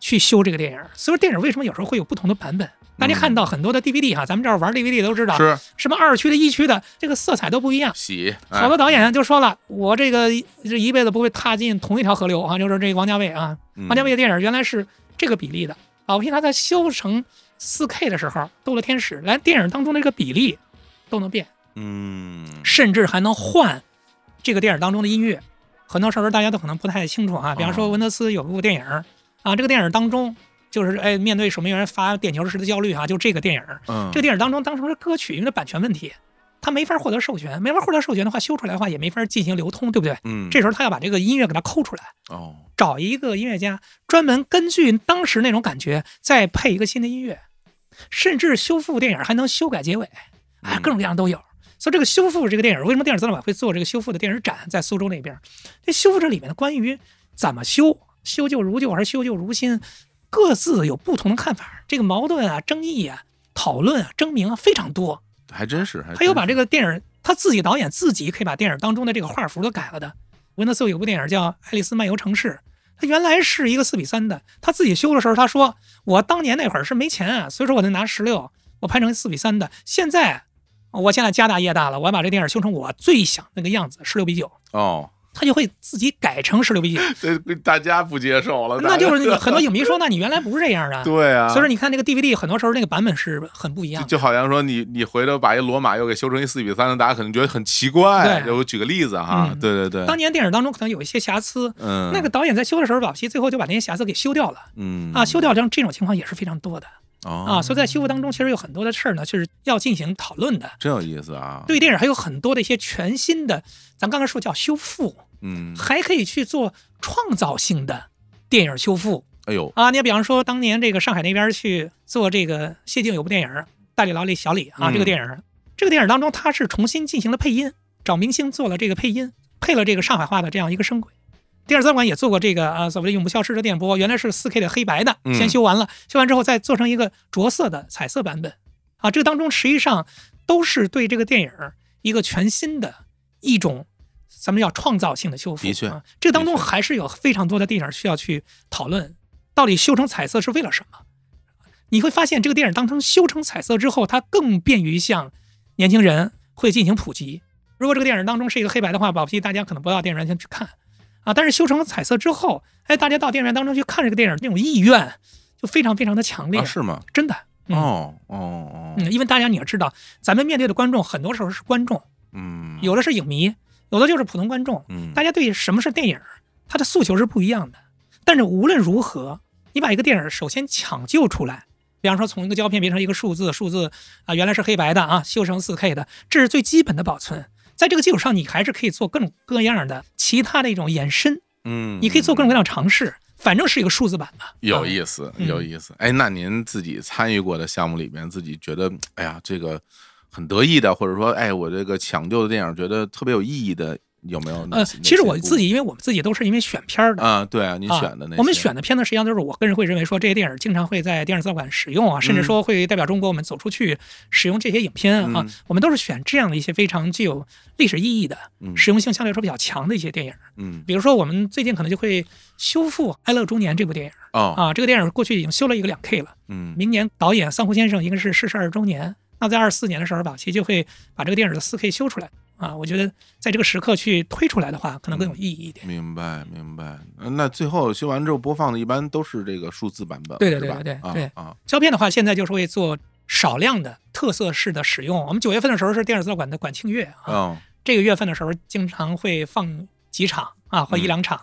S2: 去修这个电影。所以说电影为什么有时候会有不同的版本？大家看到很多的 DVD 哈、咱们这儿玩 DVD 都知道，
S1: 是
S2: 什么二区的、一区的，这个色彩都不一样。
S1: 洗，哎
S2: 好多导演就说了，我这个这一辈子不会踏进同一条河流啊，就是这个王家卫啊，
S1: 嗯
S2: 王家卫的电影原来是这个比例的啊，我听他在修成 4K 的时候，《斗罗天使》连电影当中的这个比例都能变，
S1: 嗯，
S2: 甚至还能换这个电影当中的音乐。很多时候大家都可能不太清楚啊，比方说
S1: 哦
S2: 文德斯有部电影啊，这个电影当中就是哎面对守门员发点球时的焦虑啊，就这个电影，
S1: 嗯
S2: 这个电影当中当时的歌曲因为它版权问题，它没法获得授权，没法获得授权的话，修出来的话也没法进行流通，对不对？
S1: 嗯
S2: 这时候他要把这个音乐给它抠出来，
S1: 哦，
S2: 找一个音乐家专门根据当时那种感觉再配一个新的音乐，甚至修复电影还能修改结尾，哎，
S1: 嗯
S2: 各种各样都有。所以这个修复这个电影，为什么电影资料馆会做这个修复的电影展，在苏州那边？这修复这里面的关于怎么修，修旧如旧还是修旧如新，各自有不同的看法，这个矛盾啊、争议啊、讨论啊、争鸣啊非常多。
S1: 还真是，还
S2: 还有把这
S1: 个
S2: 个电影他自己导演自己可以把电影当中的这个画幅都改了的。文德斯有部电影叫《爱丽丝漫游城市》，他原来是一个四比三的，他自己修的时候他说：“我当年那会儿是没钱啊，所以说我就拿十六，我拍成四比三的。现在我现在家大业大了，我要把这电影修成我最想那个样子，十六比九。”
S1: 哦，
S2: 他就会自己改成十六 比九，
S1: 这大家不接受了，
S2: 那
S1: 大家，
S2: 就是你很多影迷说，那你原来不是这样的
S1: 对啊，
S2: 所以说你看那个 DVD 很多时候那个版本是很不一样
S1: 就
S2: 的。
S1: 就好像说你你回头把一罗马又给修成一四比三的，大家可能觉得很奇怪。
S2: 对
S1: 就我举个例子哈，
S2: 嗯
S1: 对对对，
S2: 当年电影当中可能有一些瑕疵，
S1: 嗯
S2: 那个导演在修的时候，保期最后就把那些瑕疵给修掉了
S1: 嗯
S2: 啊，修掉这样这种情况也是非常多的
S1: 哦
S2: 啊，所以在修复当中，其实有很多的事儿呢，就是要进行讨论的。
S1: 真有意思啊，
S2: 对于电影还有很多的一些全新的，咱刚才说叫修复，
S1: 嗯，
S2: 还可以去做创造性的电影修复
S1: 哎呦，
S2: 啊。你比方说，当年这个上海那边去做这个谢晋有部电影《大理老李小李》啊，
S1: 嗯
S2: 这个电影，这个电影当中他是重新进行了配音，找明星做了这个配音，配了这个上海话的这样一个声轨。电影资料馆也做过这个啊，所谓的永不消失的电波，原来是4 K 的黑白的，
S1: 嗯
S2: 先修完了，修完之后再做成一个着色的彩色版本啊。这个当中实际上都是对这个电影一个全新的一种，咱们叫创造性的修复。
S1: 的确
S2: 啊，这个当中
S1: 的确
S2: 还是有非常多的电影需要去讨论，到底修成彩色是为了什么？你会发现，这个电影当成修成彩色之后，它更便于向年轻人会进行普及。如果这个电影当中是一个黑白的话，保不齐大家可能不到电影院先去看啊。但是修成彩色之后，哎，大家到电影院当中去看这个电影，那种意愿就非常非常的强烈，
S1: 啊是吗？
S2: 真的。嗯、
S1: 哦哦哦，
S2: 嗯，因为大家你要知道，咱们面对的观众很多时候是观众，
S1: 嗯，
S2: 有的是影迷，有的就是普通观众。
S1: 嗯
S2: 大家对什么是电影，他的诉求是不一样的。但是无论如何，你把一个电影首先抢救出来，比方说从一个胶片变成一个数字，数字啊、原来是黑白的啊，修成 4K 的，这是最基本的保存。在这个基础上，你还是可以做各种各样的其他的一种延伸，
S1: 嗯，
S2: 你可以做各种各样的尝试，反正是一个数字版嘛。
S1: 有
S2: 啊
S1: 意思，
S2: 嗯
S1: 有意思。哎，那您自己参与过的项目里面，自己觉得哎呀，这个很得意的，或者说哎，我这个抢救的电影觉得特别有意义的有没有哪
S2: 呃
S1: 些？，
S2: 其实我自
S1: 己
S2: 己，因为我们自己都是因为选片儿的，
S1: 啊，对啊，你选的那些、
S2: 啊、我们选的片呢，实际上就是我个人会认为说这些电影经常会在电影资料馆使用啊，甚至说会代表中国我们走出去使用这些影片啊，
S1: 嗯
S2: 我们都是选这样的一些非常具有历史意义的、
S1: 嗯
S2: 实用性相对来说比较强的一些电影。
S1: 嗯
S2: 比如说我们最近可能就会修复《哀乐中年》这部电影
S1: 哦
S2: 啊，这个电影过去已经修了一个两 K 了，
S1: 嗯
S2: 明年导演桑弧先生应该是逝世二十周年，那在二四年的时候吧，其实就会把这个电影的四 K 修出来。啊，我觉得在这个时刻去推出来的话，可能更
S1: 嗯
S2: 有意义一点。
S1: 明白明白。呃那最后修完之后播放的一般都是这个数字版本，
S2: 对对
S1: 是吧
S2: 对对对对
S1: 啊啊
S2: 胶片的话，现在就是会做少量的特色式的使用。我们九月份的时候是电影资料馆的管庆月啊，
S1: 哦
S2: 这个月份的时候经常会放几场啊，
S1: 嗯
S2: 或一两场。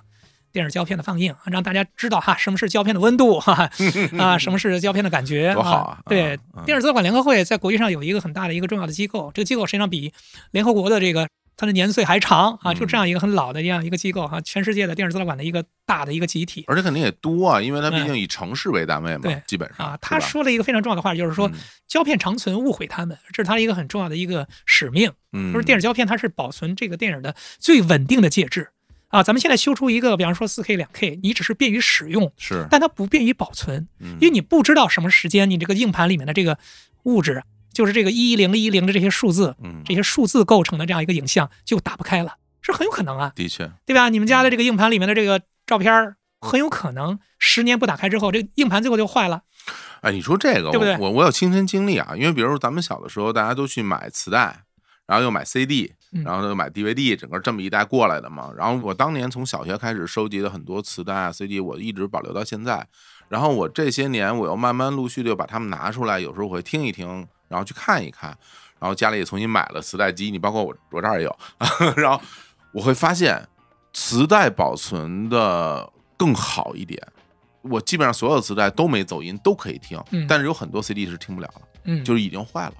S2: 电影胶片的放映，让大家知道哈什么是胶片的温度哈 哈啊，什么是胶片的感觉，
S1: 多好啊
S2: 对
S1: 啊，啊
S2: 电影资料馆联合会在国际上有一个很大的一个重要的机构，这个机构实际上比联合国的这个它的年岁还长啊，
S1: 嗯
S2: 就这样一个很老的这样一个机构哈、全世界的电影资料馆的一个大的一个集体。
S1: 而且肯定也多啊，因为它毕
S2: 哎
S1: 竟以城市为单位嘛，
S2: 对
S1: 基本上
S2: 啊，他
S1: 是吧
S2: 说了一个非常重要的话，就是说
S1: 嗯
S2: 胶片长存，勿毁他们，这是他一个很重要的一个使命。
S1: 嗯，
S2: 就是电影胶片，它是保存这个电影的最稳定的介质啊。咱们现在修出一个，比方说四 K、两 K，你只是便于使用，
S1: 是，嗯
S2: 但它不便于保存，因为你不知道什么时间你这个硬盘里面的这个物质，就是这个一零一零的这些数字，
S1: 嗯，
S2: 这些数字构成的这样一个影像就打不开了，是很有可能啊。
S1: 的确，
S2: 对吧？你们家的这个硬盘里面的这个照片儿，很有可能十年不打开之后，这个硬盘最后就坏了。
S1: 哎，你说这个，
S2: 对不对
S1: 我我我有亲身经历啊，因为比如咱们小的时候，大家都去买磁带，然后又买 CD，
S2: 嗯
S1: 然后又买 DVD，整个这么一代过来的嘛。然后我当年从小学开始收集的很多磁带啊、CD，我一直保留到现在。然后我这些年，我又慢慢陆续的把它们拿出来，有时候我会听一听，然后去看一看。然后家里也重新买了磁带机，你包括我，我这儿也有。 然后我会发现，磁带保存的更好一点。我基本上所有磁带都没走音，都可以听，
S2: 嗯
S1: 但是有很多 CD 是听不了了，
S2: 嗯，
S1: 就是已经坏了。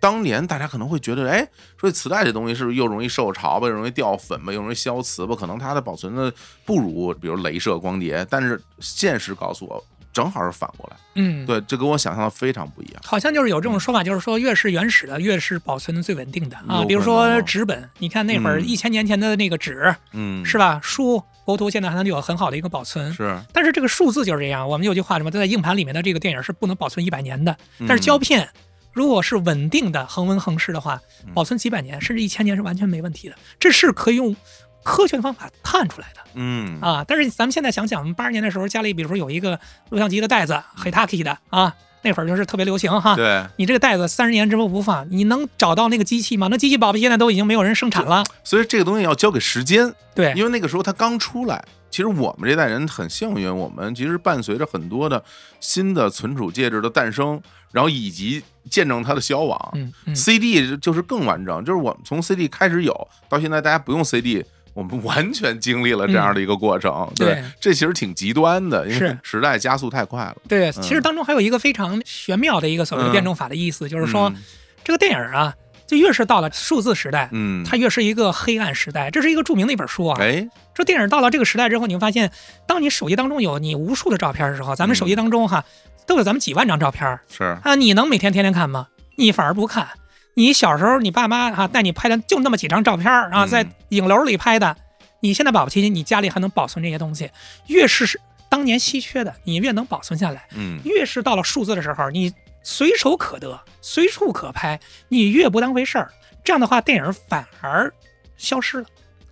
S1: 当年大家可能会觉得，哎，说磁带这东西是不是又容易受潮吧，又容易掉粉吧，又容易消磁吧？可能它的保存的不如比如镭射光碟，但是现实告诉我，正好是反过来。
S2: 嗯，
S1: 对，这跟我想象的非常不一样。
S2: 好像就是有这种说法，就是说越是原始的，越是保存的最稳定的
S1: 有可
S2: 啊。
S1: 能哦
S2: 比如说纸本，你看那会儿
S1: 嗯
S2: 一千年前的那个纸，
S1: 嗯，
S2: 是吧？书、国图现在还能有很好的一个保存。
S1: 是，
S2: 但是这个数字就是这样，我们有句话什么，在硬盘里面的这个电影是不能保存一百年的，
S1: 嗯
S2: 但是胶片。如果是稳定的恒温恒湿的话，
S1: 嗯
S2: 保存几百年甚至一千年是完全没问题的，这是可以用科学的方法探出来的。
S1: 嗯
S2: 啊，但是咱们现在想想，我们八十年代时候家里，比如说有一个录像机的袋子，Hitachi 的啊，那会儿就是特别流行哈。
S1: 嗯对，
S2: 你这个袋子三十年之后无法，你能找到那个机器吗？那机器宝贝现在都已经没有人生产了。
S1: 所以这个东西要交给时间，
S2: 对，
S1: 因为那个时候它刚出来。其实我们这代人很幸运，我们其实伴随着很多的新的存储介质的诞生，然后以及见证它的消亡。
S2: 嗯嗯，
S1: CD 就是更完整，就是我们从 CD 开始有到现在，大家不用 CD，我们完全经历了这样的一个过程。
S2: 嗯对
S1: 这其实挺极端的，因为
S2: 是
S1: 时代加速太快了。
S2: 对。其
S1: 嗯
S2: 实当中还有一个非常玄妙的一个所谓的辩证法的意思，就是说
S1: 嗯
S2: 这个电影啊，就越是到了数字时代，
S1: 嗯，
S2: 它越是一个黑暗时代。这是一个著名的一本书啊，
S1: 哎，
S2: 说电影到了这个时代之后，你会发现，当你手机当中有你无数的照片的时候，咱
S1: 嗯
S2: 们手机当中哈、都有咱们几万张照片儿
S1: 是
S2: 啊，你能每天天天看吗？你反而不看。你小时候你爸妈啊带你拍的就那么几张照片儿啊，
S1: 嗯
S2: 在影楼里拍的，你现在保不齐你家里还能保存这些东西，越是当年稀缺的，你越能保存下来。
S1: 嗯
S2: 越是到了数字的时候，你随手可得，随处可拍，你越不当回事儿。这样的话，电影反而消失了。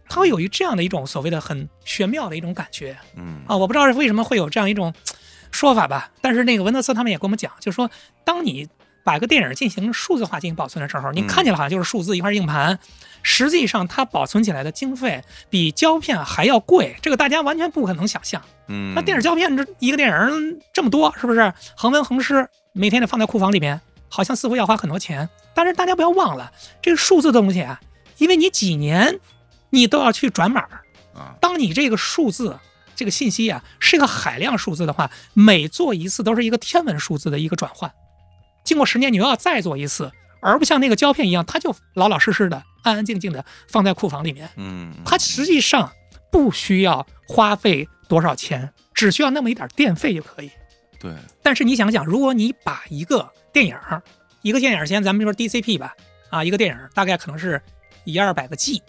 S2: 它会有一这样的一种所谓的很玄妙的一种感觉
S1: 嗯
S2: 啊！我不知道是为什么会有这样一种嘖说法吧。但是那个文德斯他们也跟我们讲，就是说，当你把一个电影进行数字化进行保存的时候，你
S1: 嗯
S2: 看起来好像就是数字一块硬盘，实际上它保存起来的经费比胶片还要贵，这个大家完全不可能想象。
S1: 嗯，
S2: 那电影胶片这一个电影儿这么多，是不是恒温恒湿，每天得放在库房里边，好像似乎要花很多钱。但是大家不要忘了，这个数字的东西啊，因为你几年你都要去转码儿。
S1: 啊，
S2: 当你这个数字这个信息啊是一个海量数字的话，每做一次都是一个天文数字的一个转换。经过十年，你又要再做一次，而不像那个胶片一样，它就老老实实的、安安静静的放在库房里面。
S1: 嗯，嗯
S2: 它实际上不需要花费多少钱，只需要那么一点电费就可以。
S1: 对，
S2: 但是你想想，如果你把一个电影儿，一个电影儿，先咱们就说 DCP 吧，啊，一个电影儿大概可能是一二百个 G，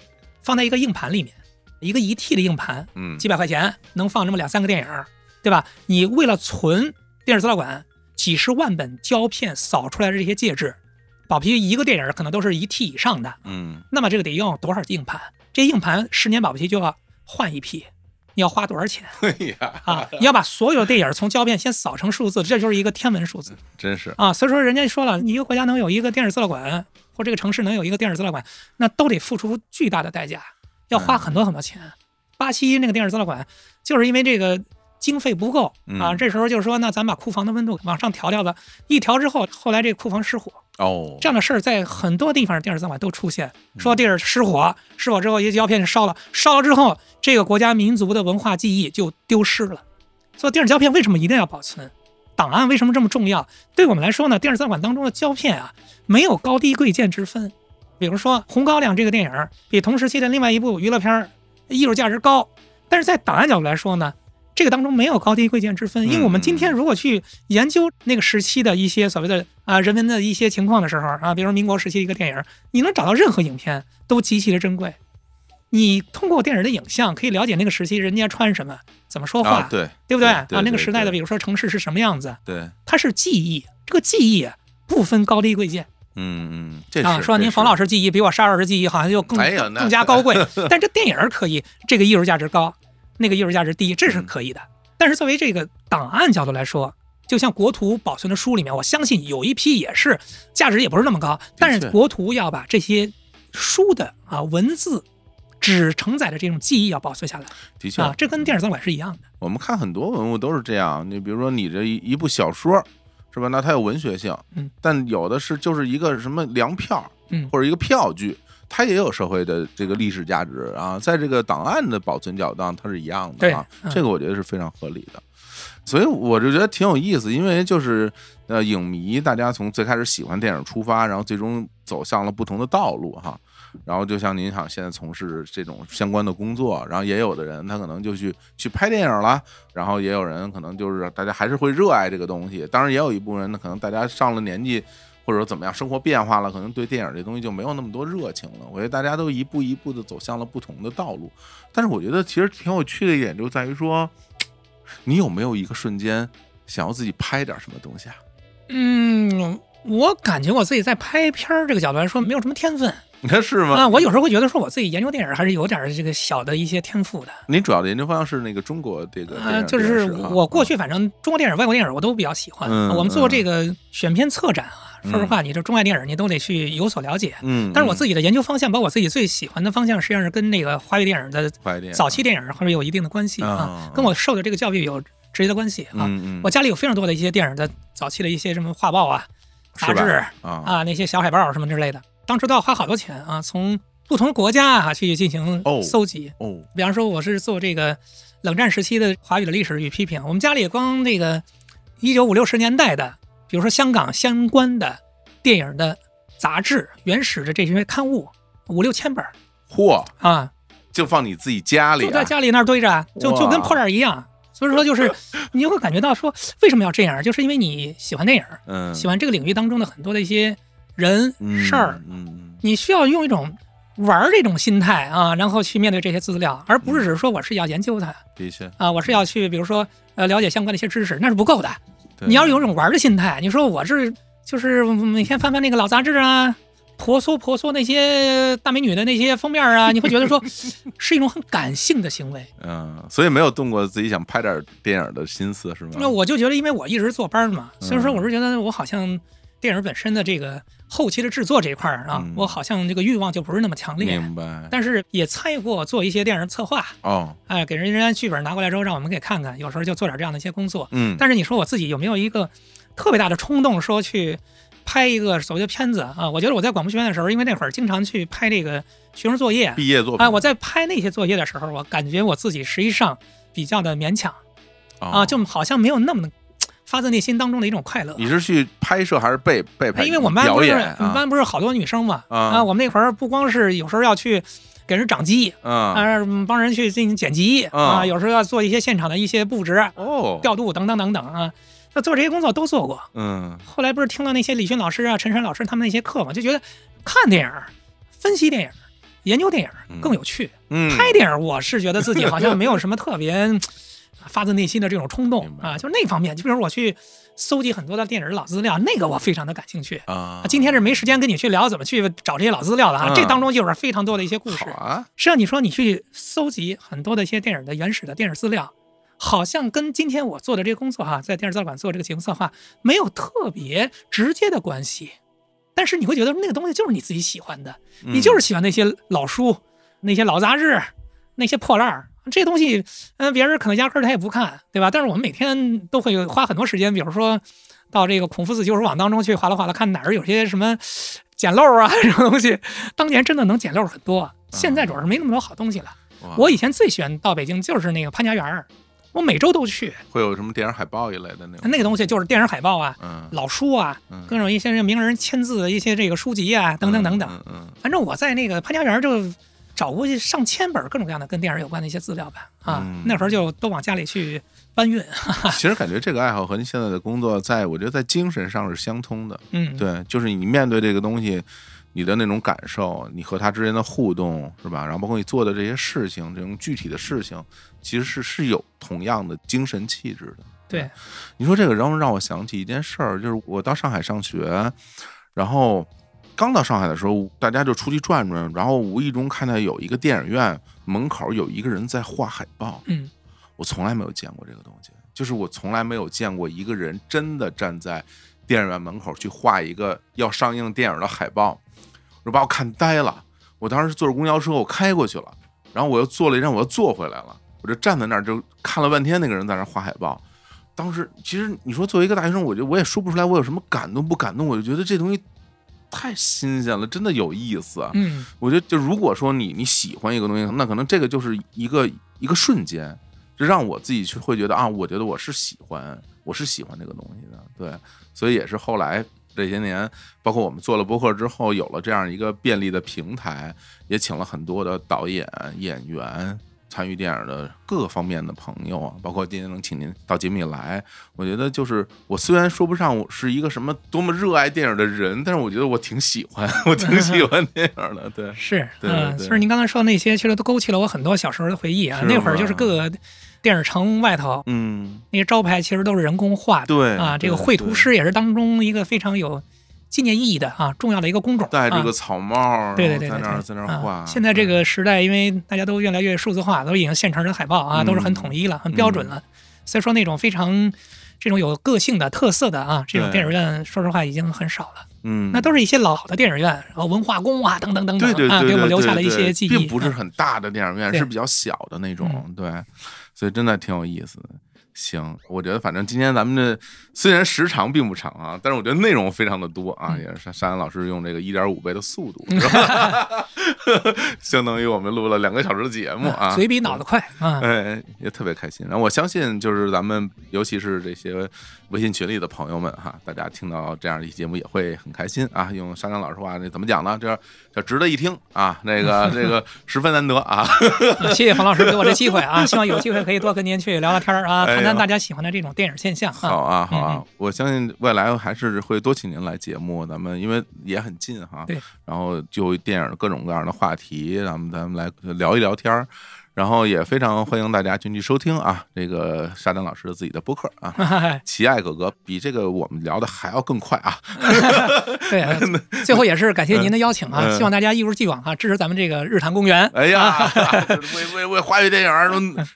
S2: 放在一个硬盘里面，一个一 T 的硬盘，
S1: 嗯，
S2: 几百块钱能放这么两三个电影儿，对吧？你为了存电视资料馆几十万本胶片扫出来的这些介质，保皮一个电影儿可能都是一 T 以上的，
S1: 嗯
S2: 那么这个得用多少硬盘？这硬盘十年保不齐就要换一批，你要花多少钱
S1: 哎呀，
S2: 啊？你要把所有的电影从胶片先扫成数字，这就是一个天文数字
S1: 真是，
S2: 啊！所以说，人家说了，一个国家能有一个电视资料馆，或这个城市能有一个电视资料馆，那都得付出巨大的代价，
S1: 嗯
S2: 要花很多很多钱。巴西那个电视资料馆，就是因为这个经费不够啊，
S1: 嗯
S2: 这时候就是说，那咱把库房的温度往上调调吧，一调之后，后来这库房失火，
S1: 哦，
S2: 这样的事儿在很多地方的电视资料馆都出现，说地儿失火，失火之后一个胶片烧了，烧了之后这个国家民族的文化记忆就丢失了。所以电视胶片为什么一定要保存？档案为什么这么重要？对我们来说呢，电视资料馆当中的胶片啊，没有高低贵贱之分。比如说《红高粱》这个电影儿，比同时期的另外一部娱乐片儿艺术价值高，但是在档案角度来说呢，这个当中没有高低贵贱之分。因为我
S1: 嗯
S2: 们今天如果去研究那个时期的一些所谓的啊、人文的一些情况的时候啊，比如民国时期的一个电影，你能找到任何影片都极其的珍贵。你通过电影的影像可以了解那个时期人家穿什么、怎么说话，
S1: 啊，对
S2: 对不对
S1: 对对
S2: 啊？那个时代的，
S1: 对
S2: 比如说城市是什么样子，
S1: 对，
S2: 它是记忆，这个记忆啊不分高低贵贱
S1: 嗯嗯，这
S2: 啊。
S1: 是
S2: 说您冯老师记忆比我沙老师记忆好像就更、
S1: 哎呀那
S2: 更 加高贵，但这电影儿可以，这个艺术价值高，那个艺术价值低，
S1: 嗯
S2: 这是可以的。但是作为这个档案角度来说，就像国图保存的书里面，我相信有一批也是价值也不是那么高，但是国图要把这些书的啊文字。只承载的这种记忆要保存下来
S1: 的确
S2: 啊，，这跟电影资料馆是一样的。
S1: 我们看很多文物都是这样，你比如说你这一一部小说，是吧？那它有文学性，
S2: 嗯，
S1: 但有的是就是一个什么粮票，
S2: 嗯
S1: 或者一个票据，它也有社会的这个历史价值啊，在这个档案的保存角度上，它是一样的啊
S2: 对，嗯
S1: 这个我觉得是非常合理的。所以我就觉得挺有意思，因为就是呃，影迷大家从最开始喜欢电影出发，然后最终走向了不同的道路哈。然后就像您想现在从事这种相关的工作，然后也有的人他可能就去去拍电影了，然后也有人可能就是大家还是会热爱这个东西，当然也有一部分人呢，可能大家上了年纪。或者说怎么样，生活变化了，可能对电影这东西就没有那么多热情了。我觉得大家都一步一步的走向了不同的道路，但是我觉得其实挺有趣的一点就在于说，你有没有一个瞬间想要自己拍点什么东西啊？
S2: 嗯，我感觉我自己在拍片儿这个角度来说，没有什么天分
S1: 你看是吗？
S2: 啊。我有时候会觉得说，我自己研究电影还是有点儿这个小的一些天赋的。
S1: 您主要的研究方向是那个中国这个电
S2: 啊，
S1: 影
S2: 就是
S1: 电视啊
S2: 我过去反正中国电影、外国电影我都比较喜欢。啊
S1: 嗯
S2: 我们做这个选片策展啊，说实话，你这中外电影你都得去有所了解。
S1: 嗯，
S2: 但是我自
S1: 己
S2: 己的研究方向，包括我自己最喜欢的方向，实际上是跟那个华语电影的
S1: 快点
S2: 早期电影还是有一定的关系啊
S1: 嗯，
S2: 跟我受的这个教育有直接的关系啊。
S1: 嗯嗯，
S2: 我家里有非常多的一些电影的早期的一些什么画报啊、杂
S1: 是吧
S2: 志
S1: 啊
S2: 啊，那些小海报什么之类的，当时都要花好多钱啊，从不同国家啊去进行
S1: 哦
S2: 搜集。
S1: 哦
S2: 比方说，我是做这个冷战时期的华语的历史与批评，我们家里光那个一九五六十年代的，比如说香港相关的电影的杂志、原始的这些刊物，五六千本儿
S1: 嚯，
S2: 啊，
S1: 就放你自己家里
S2: 就
S1: 啊，
S2: 在家里那儿堆着，就就跟
S1: 哇
S2: 破烂儿一样。所以说，就是 你就会感觉到说，为什么要这样？就是因为你喜欢电影，
S1: 嗯
S2: 喜欢这个领域当中的很多的一些人
S1: 嗯
S2: 事儿，
S1: 嗯嗯
S2: 你需要用一种玩儿这种心态啊，然后去面对这些资料，而不是
S1: 嗯
S2: 只是说我是要研究它
S1: 的确，
S2: 啊，我是要去比如说呃了解相关的一些知识，那是不够的。
S1: 对
S2: 你要有一种玩儿的心态，你说我是就是每天翻翻那个老杂志啊，婆娑婆娑那些大美女的那些封 面啊，你会觉得说是一种很感性的行为。
S1: 嗯，所以没有动过自己想拍点电影的心思是吗？
S2: 那我就觉得，因为我一直坐班儿嘛，
S1: 嗯
S2: 所以说我是觉得我好像电影本身的这个后期的制作这一块儿啊，
S1: 嗯
S2: 我好像这个欲望就不是那么强烈。
S1: 明白
S2: 但是也参与过做一些电影策划，
S1: 哦，
S2: 哎，给人家剧本拿过来之后，让我们给看看，有时候就做点这样的一些工作。
S1: 嗯，
S2: 但是你说我自己有没有一个特别大的冲动说去拍一个所谓的片子啊？我觉得我在广播学院的时候，因为那会儿经常去拍这个学生作业，
S1: 毕业作品
S2: 哎，我在拍那些作业的时候，我感觉我自己实际上比较的勉强。
S1: 哦
S2: 啊，就好像没有那么的发自内心当中的一种快乐。
S1: 你是去拍摄还是被被
S2: 哎
S1: 拍？
S2: 因为我们班
S1: 表
S2: 不是
S1: 演
S2: 我们
S1: 啊，
S2: 班不是好多女生嘛，
S1: 啊
S2: 我们那会儿不光是有时候要去给人长鸡，
S1: 嗯
S2: 啊，帮人去进行剪辑
S1: 啊
S2: 啊，有时候要做一些现场的一些布置、啊
S1: 哦，
S2: 调度等等等等啊，那做这些工作都做过。
S1: 嗯
S2: 后来不是听了那些李迅老师啊、陈晨老师他们那些课嘛，就觉得看电影、分析电影、研究电影更有趣。
S1: 嗯，
S2: 拍电影，我是觉得自己好像没有什么特 别发自内心的这种冲动
S1: 明白
S2: 啊，就是那方面，就比如我去搜集很多的电影老资料，那个我非常的感兴趣。
S1: 啊
S2: 啊，今天是没时间跟你去聊怎么去找这些老资料的啊，
S1: 嗯
S2: 这当中就是非常多的一些故事
S1: 好。啊，
S2: 实际上，你说你去搜集很多的一些电影的原始的电影资料，好像跟今天我做的这个工作哈、在电视资料馆做这个节目策划没有特别直接的关系。但是你会觉得那个东西就是你自己喜欢的，
S1: 嗯
S2: 你就是喜欢那些老书、那些老杂志、那些破烂儿。这些东西，嗯、别人可能压根儿他也不看，对吧？但是我们每天都会有花很多时间，比如说到这个孔夫子旧书网当中去划拉划拉，看哪儿有些什么捡漏啊， 什么东西。当年真的能捡漏很多，现在主要是没那么多好东西了。
S1: 哇
S2: 我以前最喜欢到北京就是那个潘家园儿，我每周都去，
S1: 会有什么电影海报一类的那种？
S2: 那个东西就是电影海报啊、
S1: 嗯，
S2: 老书啊
S1: 嗯，
S2: 各种一些名人签字的一些这个书籍啊，等等等等。
S1: 嗯，嗯
S2: 反正我在那个潘家园就找过去上千本各种各样的跟电影有关的一些资料吧，啊，
S1: 嗯
S2: 那时候就都往家里去搬运，
S1: 嗯其实感觉这个爱好和您现在的工作在，我觉得在精神上是相通的。
S2: 嗯，，
S1: 对，就是你面对这个东西，你的那种感受，你和他之间的互动，是吧？然后包括你做的这些事情，这种具体的事情，其实是是有同样的精神气质的。
S2: 对，
S1: 你说这个，然后让我想起一件事儿，就是我到上海上学，然后刚到上海的时候，大家就出去转转，然后无意中看到有一个电影院门口有一个人在画海报，
S2: 嗯，
S1: 我从来没有见过这个东西，就是我从来没有见过一个人真的站在电影院门口去画一个要上映电影的海报，我把我看呆了。我当时坐着公交车，我开过去了，然后我又坐了一站，我又坐回来了，我就站在那儿就看了半天那个人在那儿画海报。当时其实你说作为一个大学生，我就我也说不出来我有什么感动不感动，我就觉得这东西太新鲜了，真的有意思。啊
S2: 嗯，
S1: 我觉得，就如果说你你喜欢一个东西，那可能这个就是一个一个瞬间，就让我自己去会觉得啊，我觉得我是喜欢，我是喜欢这个东西的，对，所以也是后来这些年，包括我们做了播客之后，有了这样一个便利的平台，也请了很多的导演、演员。参与电影的各方面的朋友啊，包括今天能请您到节目里来，我觉得就是我虽然说不上我是一个什么多么热爱电影的人，但是我觉得我挺喜欢， 我挺喜欢电影的。对，
S2: 是，
S1: 对
S2: 嗯，
S1: 对对
S2: 就是您刚才说的那些，其实都勾起了我很多小时候的回忆啊
S1: 是。吗
S2: 那会儿就是各个电影城外头
S1: 嗯，
S2: 那些招牌，其实都是人工画的，
S1: 对
S2: 啊，这个
S1: 对
S2: 绘图
S1: 对
S2: 师也是当中一个非常有纪念意义的啊重要的一个工种，
S1: 戴着
S2: 啊
S1: 个草帽儿，
S2: 对对
S1: 然后
S2: 对对，
S1: 在那儿
S2: 对
S1: 在那
S2: 啊
S1: 儿画。
S2: 现在这个时代，因为大家都越来越数字化，都已经现成的海报啊，
S1: 嗯
S2: 都是很统一了、很标准了。所以说，那种非常这种有个性的特色的啊，这种
S1: 对
S2: 电影院，说实话已经很少了。
S1: 嗯，
S2: 那都
S1: 是
S2: 是一些老的电影院，然后文化宫啊，等等等等
S1: 对对
S2: 啊，
S1: 对，
S2: 给我们
S1: 对
S2: 留下
S1: 对
S2: 了一
S1: 对
S2: 些记忆。
S1: 并不是
S2: 啊
S1: 很大的电影院，
S2: 对嗯
S1: 是比较小的那种，对，所以真的挺有意思的。行，我觉得反正今天咱们这虽然时长并不长啊，但是我觉得内容非常的多啊，
S2: 嗯
S1: 也是沙沙岩老师用这个一点五倍的速 度，是吧 相当于我们录了两个小时的节目啊，
S2: 嘴比脑子快 啊，
S1: 哎，也特别开心。然后我相信，就是咱们尤其是这些微信群里的朋友们哈，大家听到这样的一期节目也会很开心啊。用沙江老师话，那怎么讲呢？这叫值得一听啊，那 个这个十分难得啊。
S2: 谢谢黄老师给我这机会啊，希望有机会可以多跟您去聊聊天儿啊，
S1: 哎呀
S2: 谈谈大家喜欢的这种电影现象
S1: 好
S2: 啊。
S1: 啊，好
S2: 嗯
S1: 啊，我相信未来还是会多请您来节目，咱们因为也很近哈，
S2: 对，
S1: 然后就电影各种各样的话题，咱们咱们来聊一聊天儿。然后也非常欢迎大家进去收听啊，这个沙江老师自己的播客啊，奇爱哥哥比这个我们聊的还要更快啊！
S2: 对，啊最后也是感谢您的邀请啊，
S1: 嗯
S2: 希望大家一如既往啊，支持咱们这个日坛公园。
S1: 哎呀， 为为为华语电影儿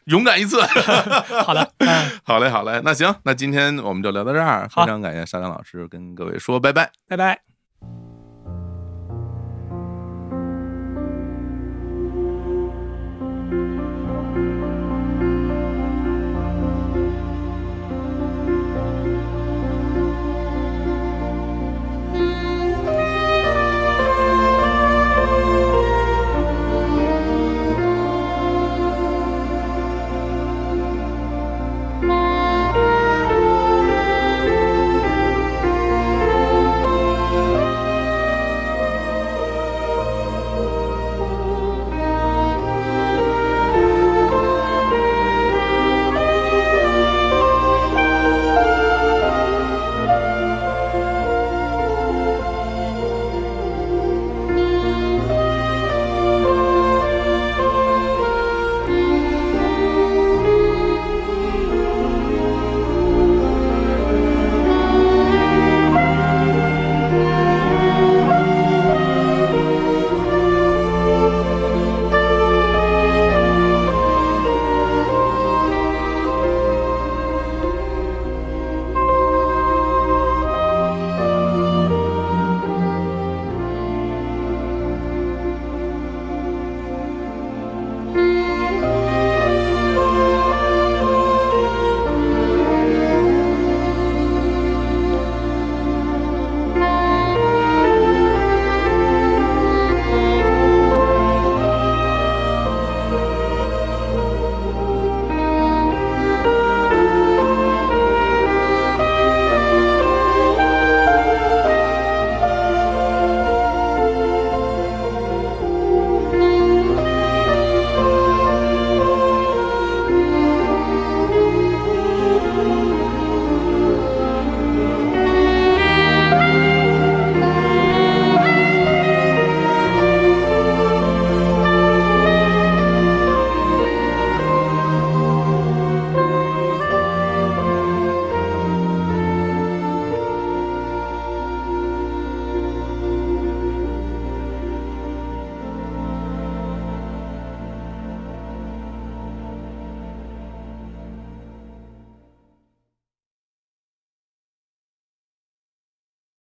S1: 勇敢一次！
S2: 好的，嗯，
S1: 好嘞，好嘞，那行，那今天我们就聊到这儿，
S2: 好
S1: 非常感谢沙丹老师跟各位说拜拜。
S2: 拜拜。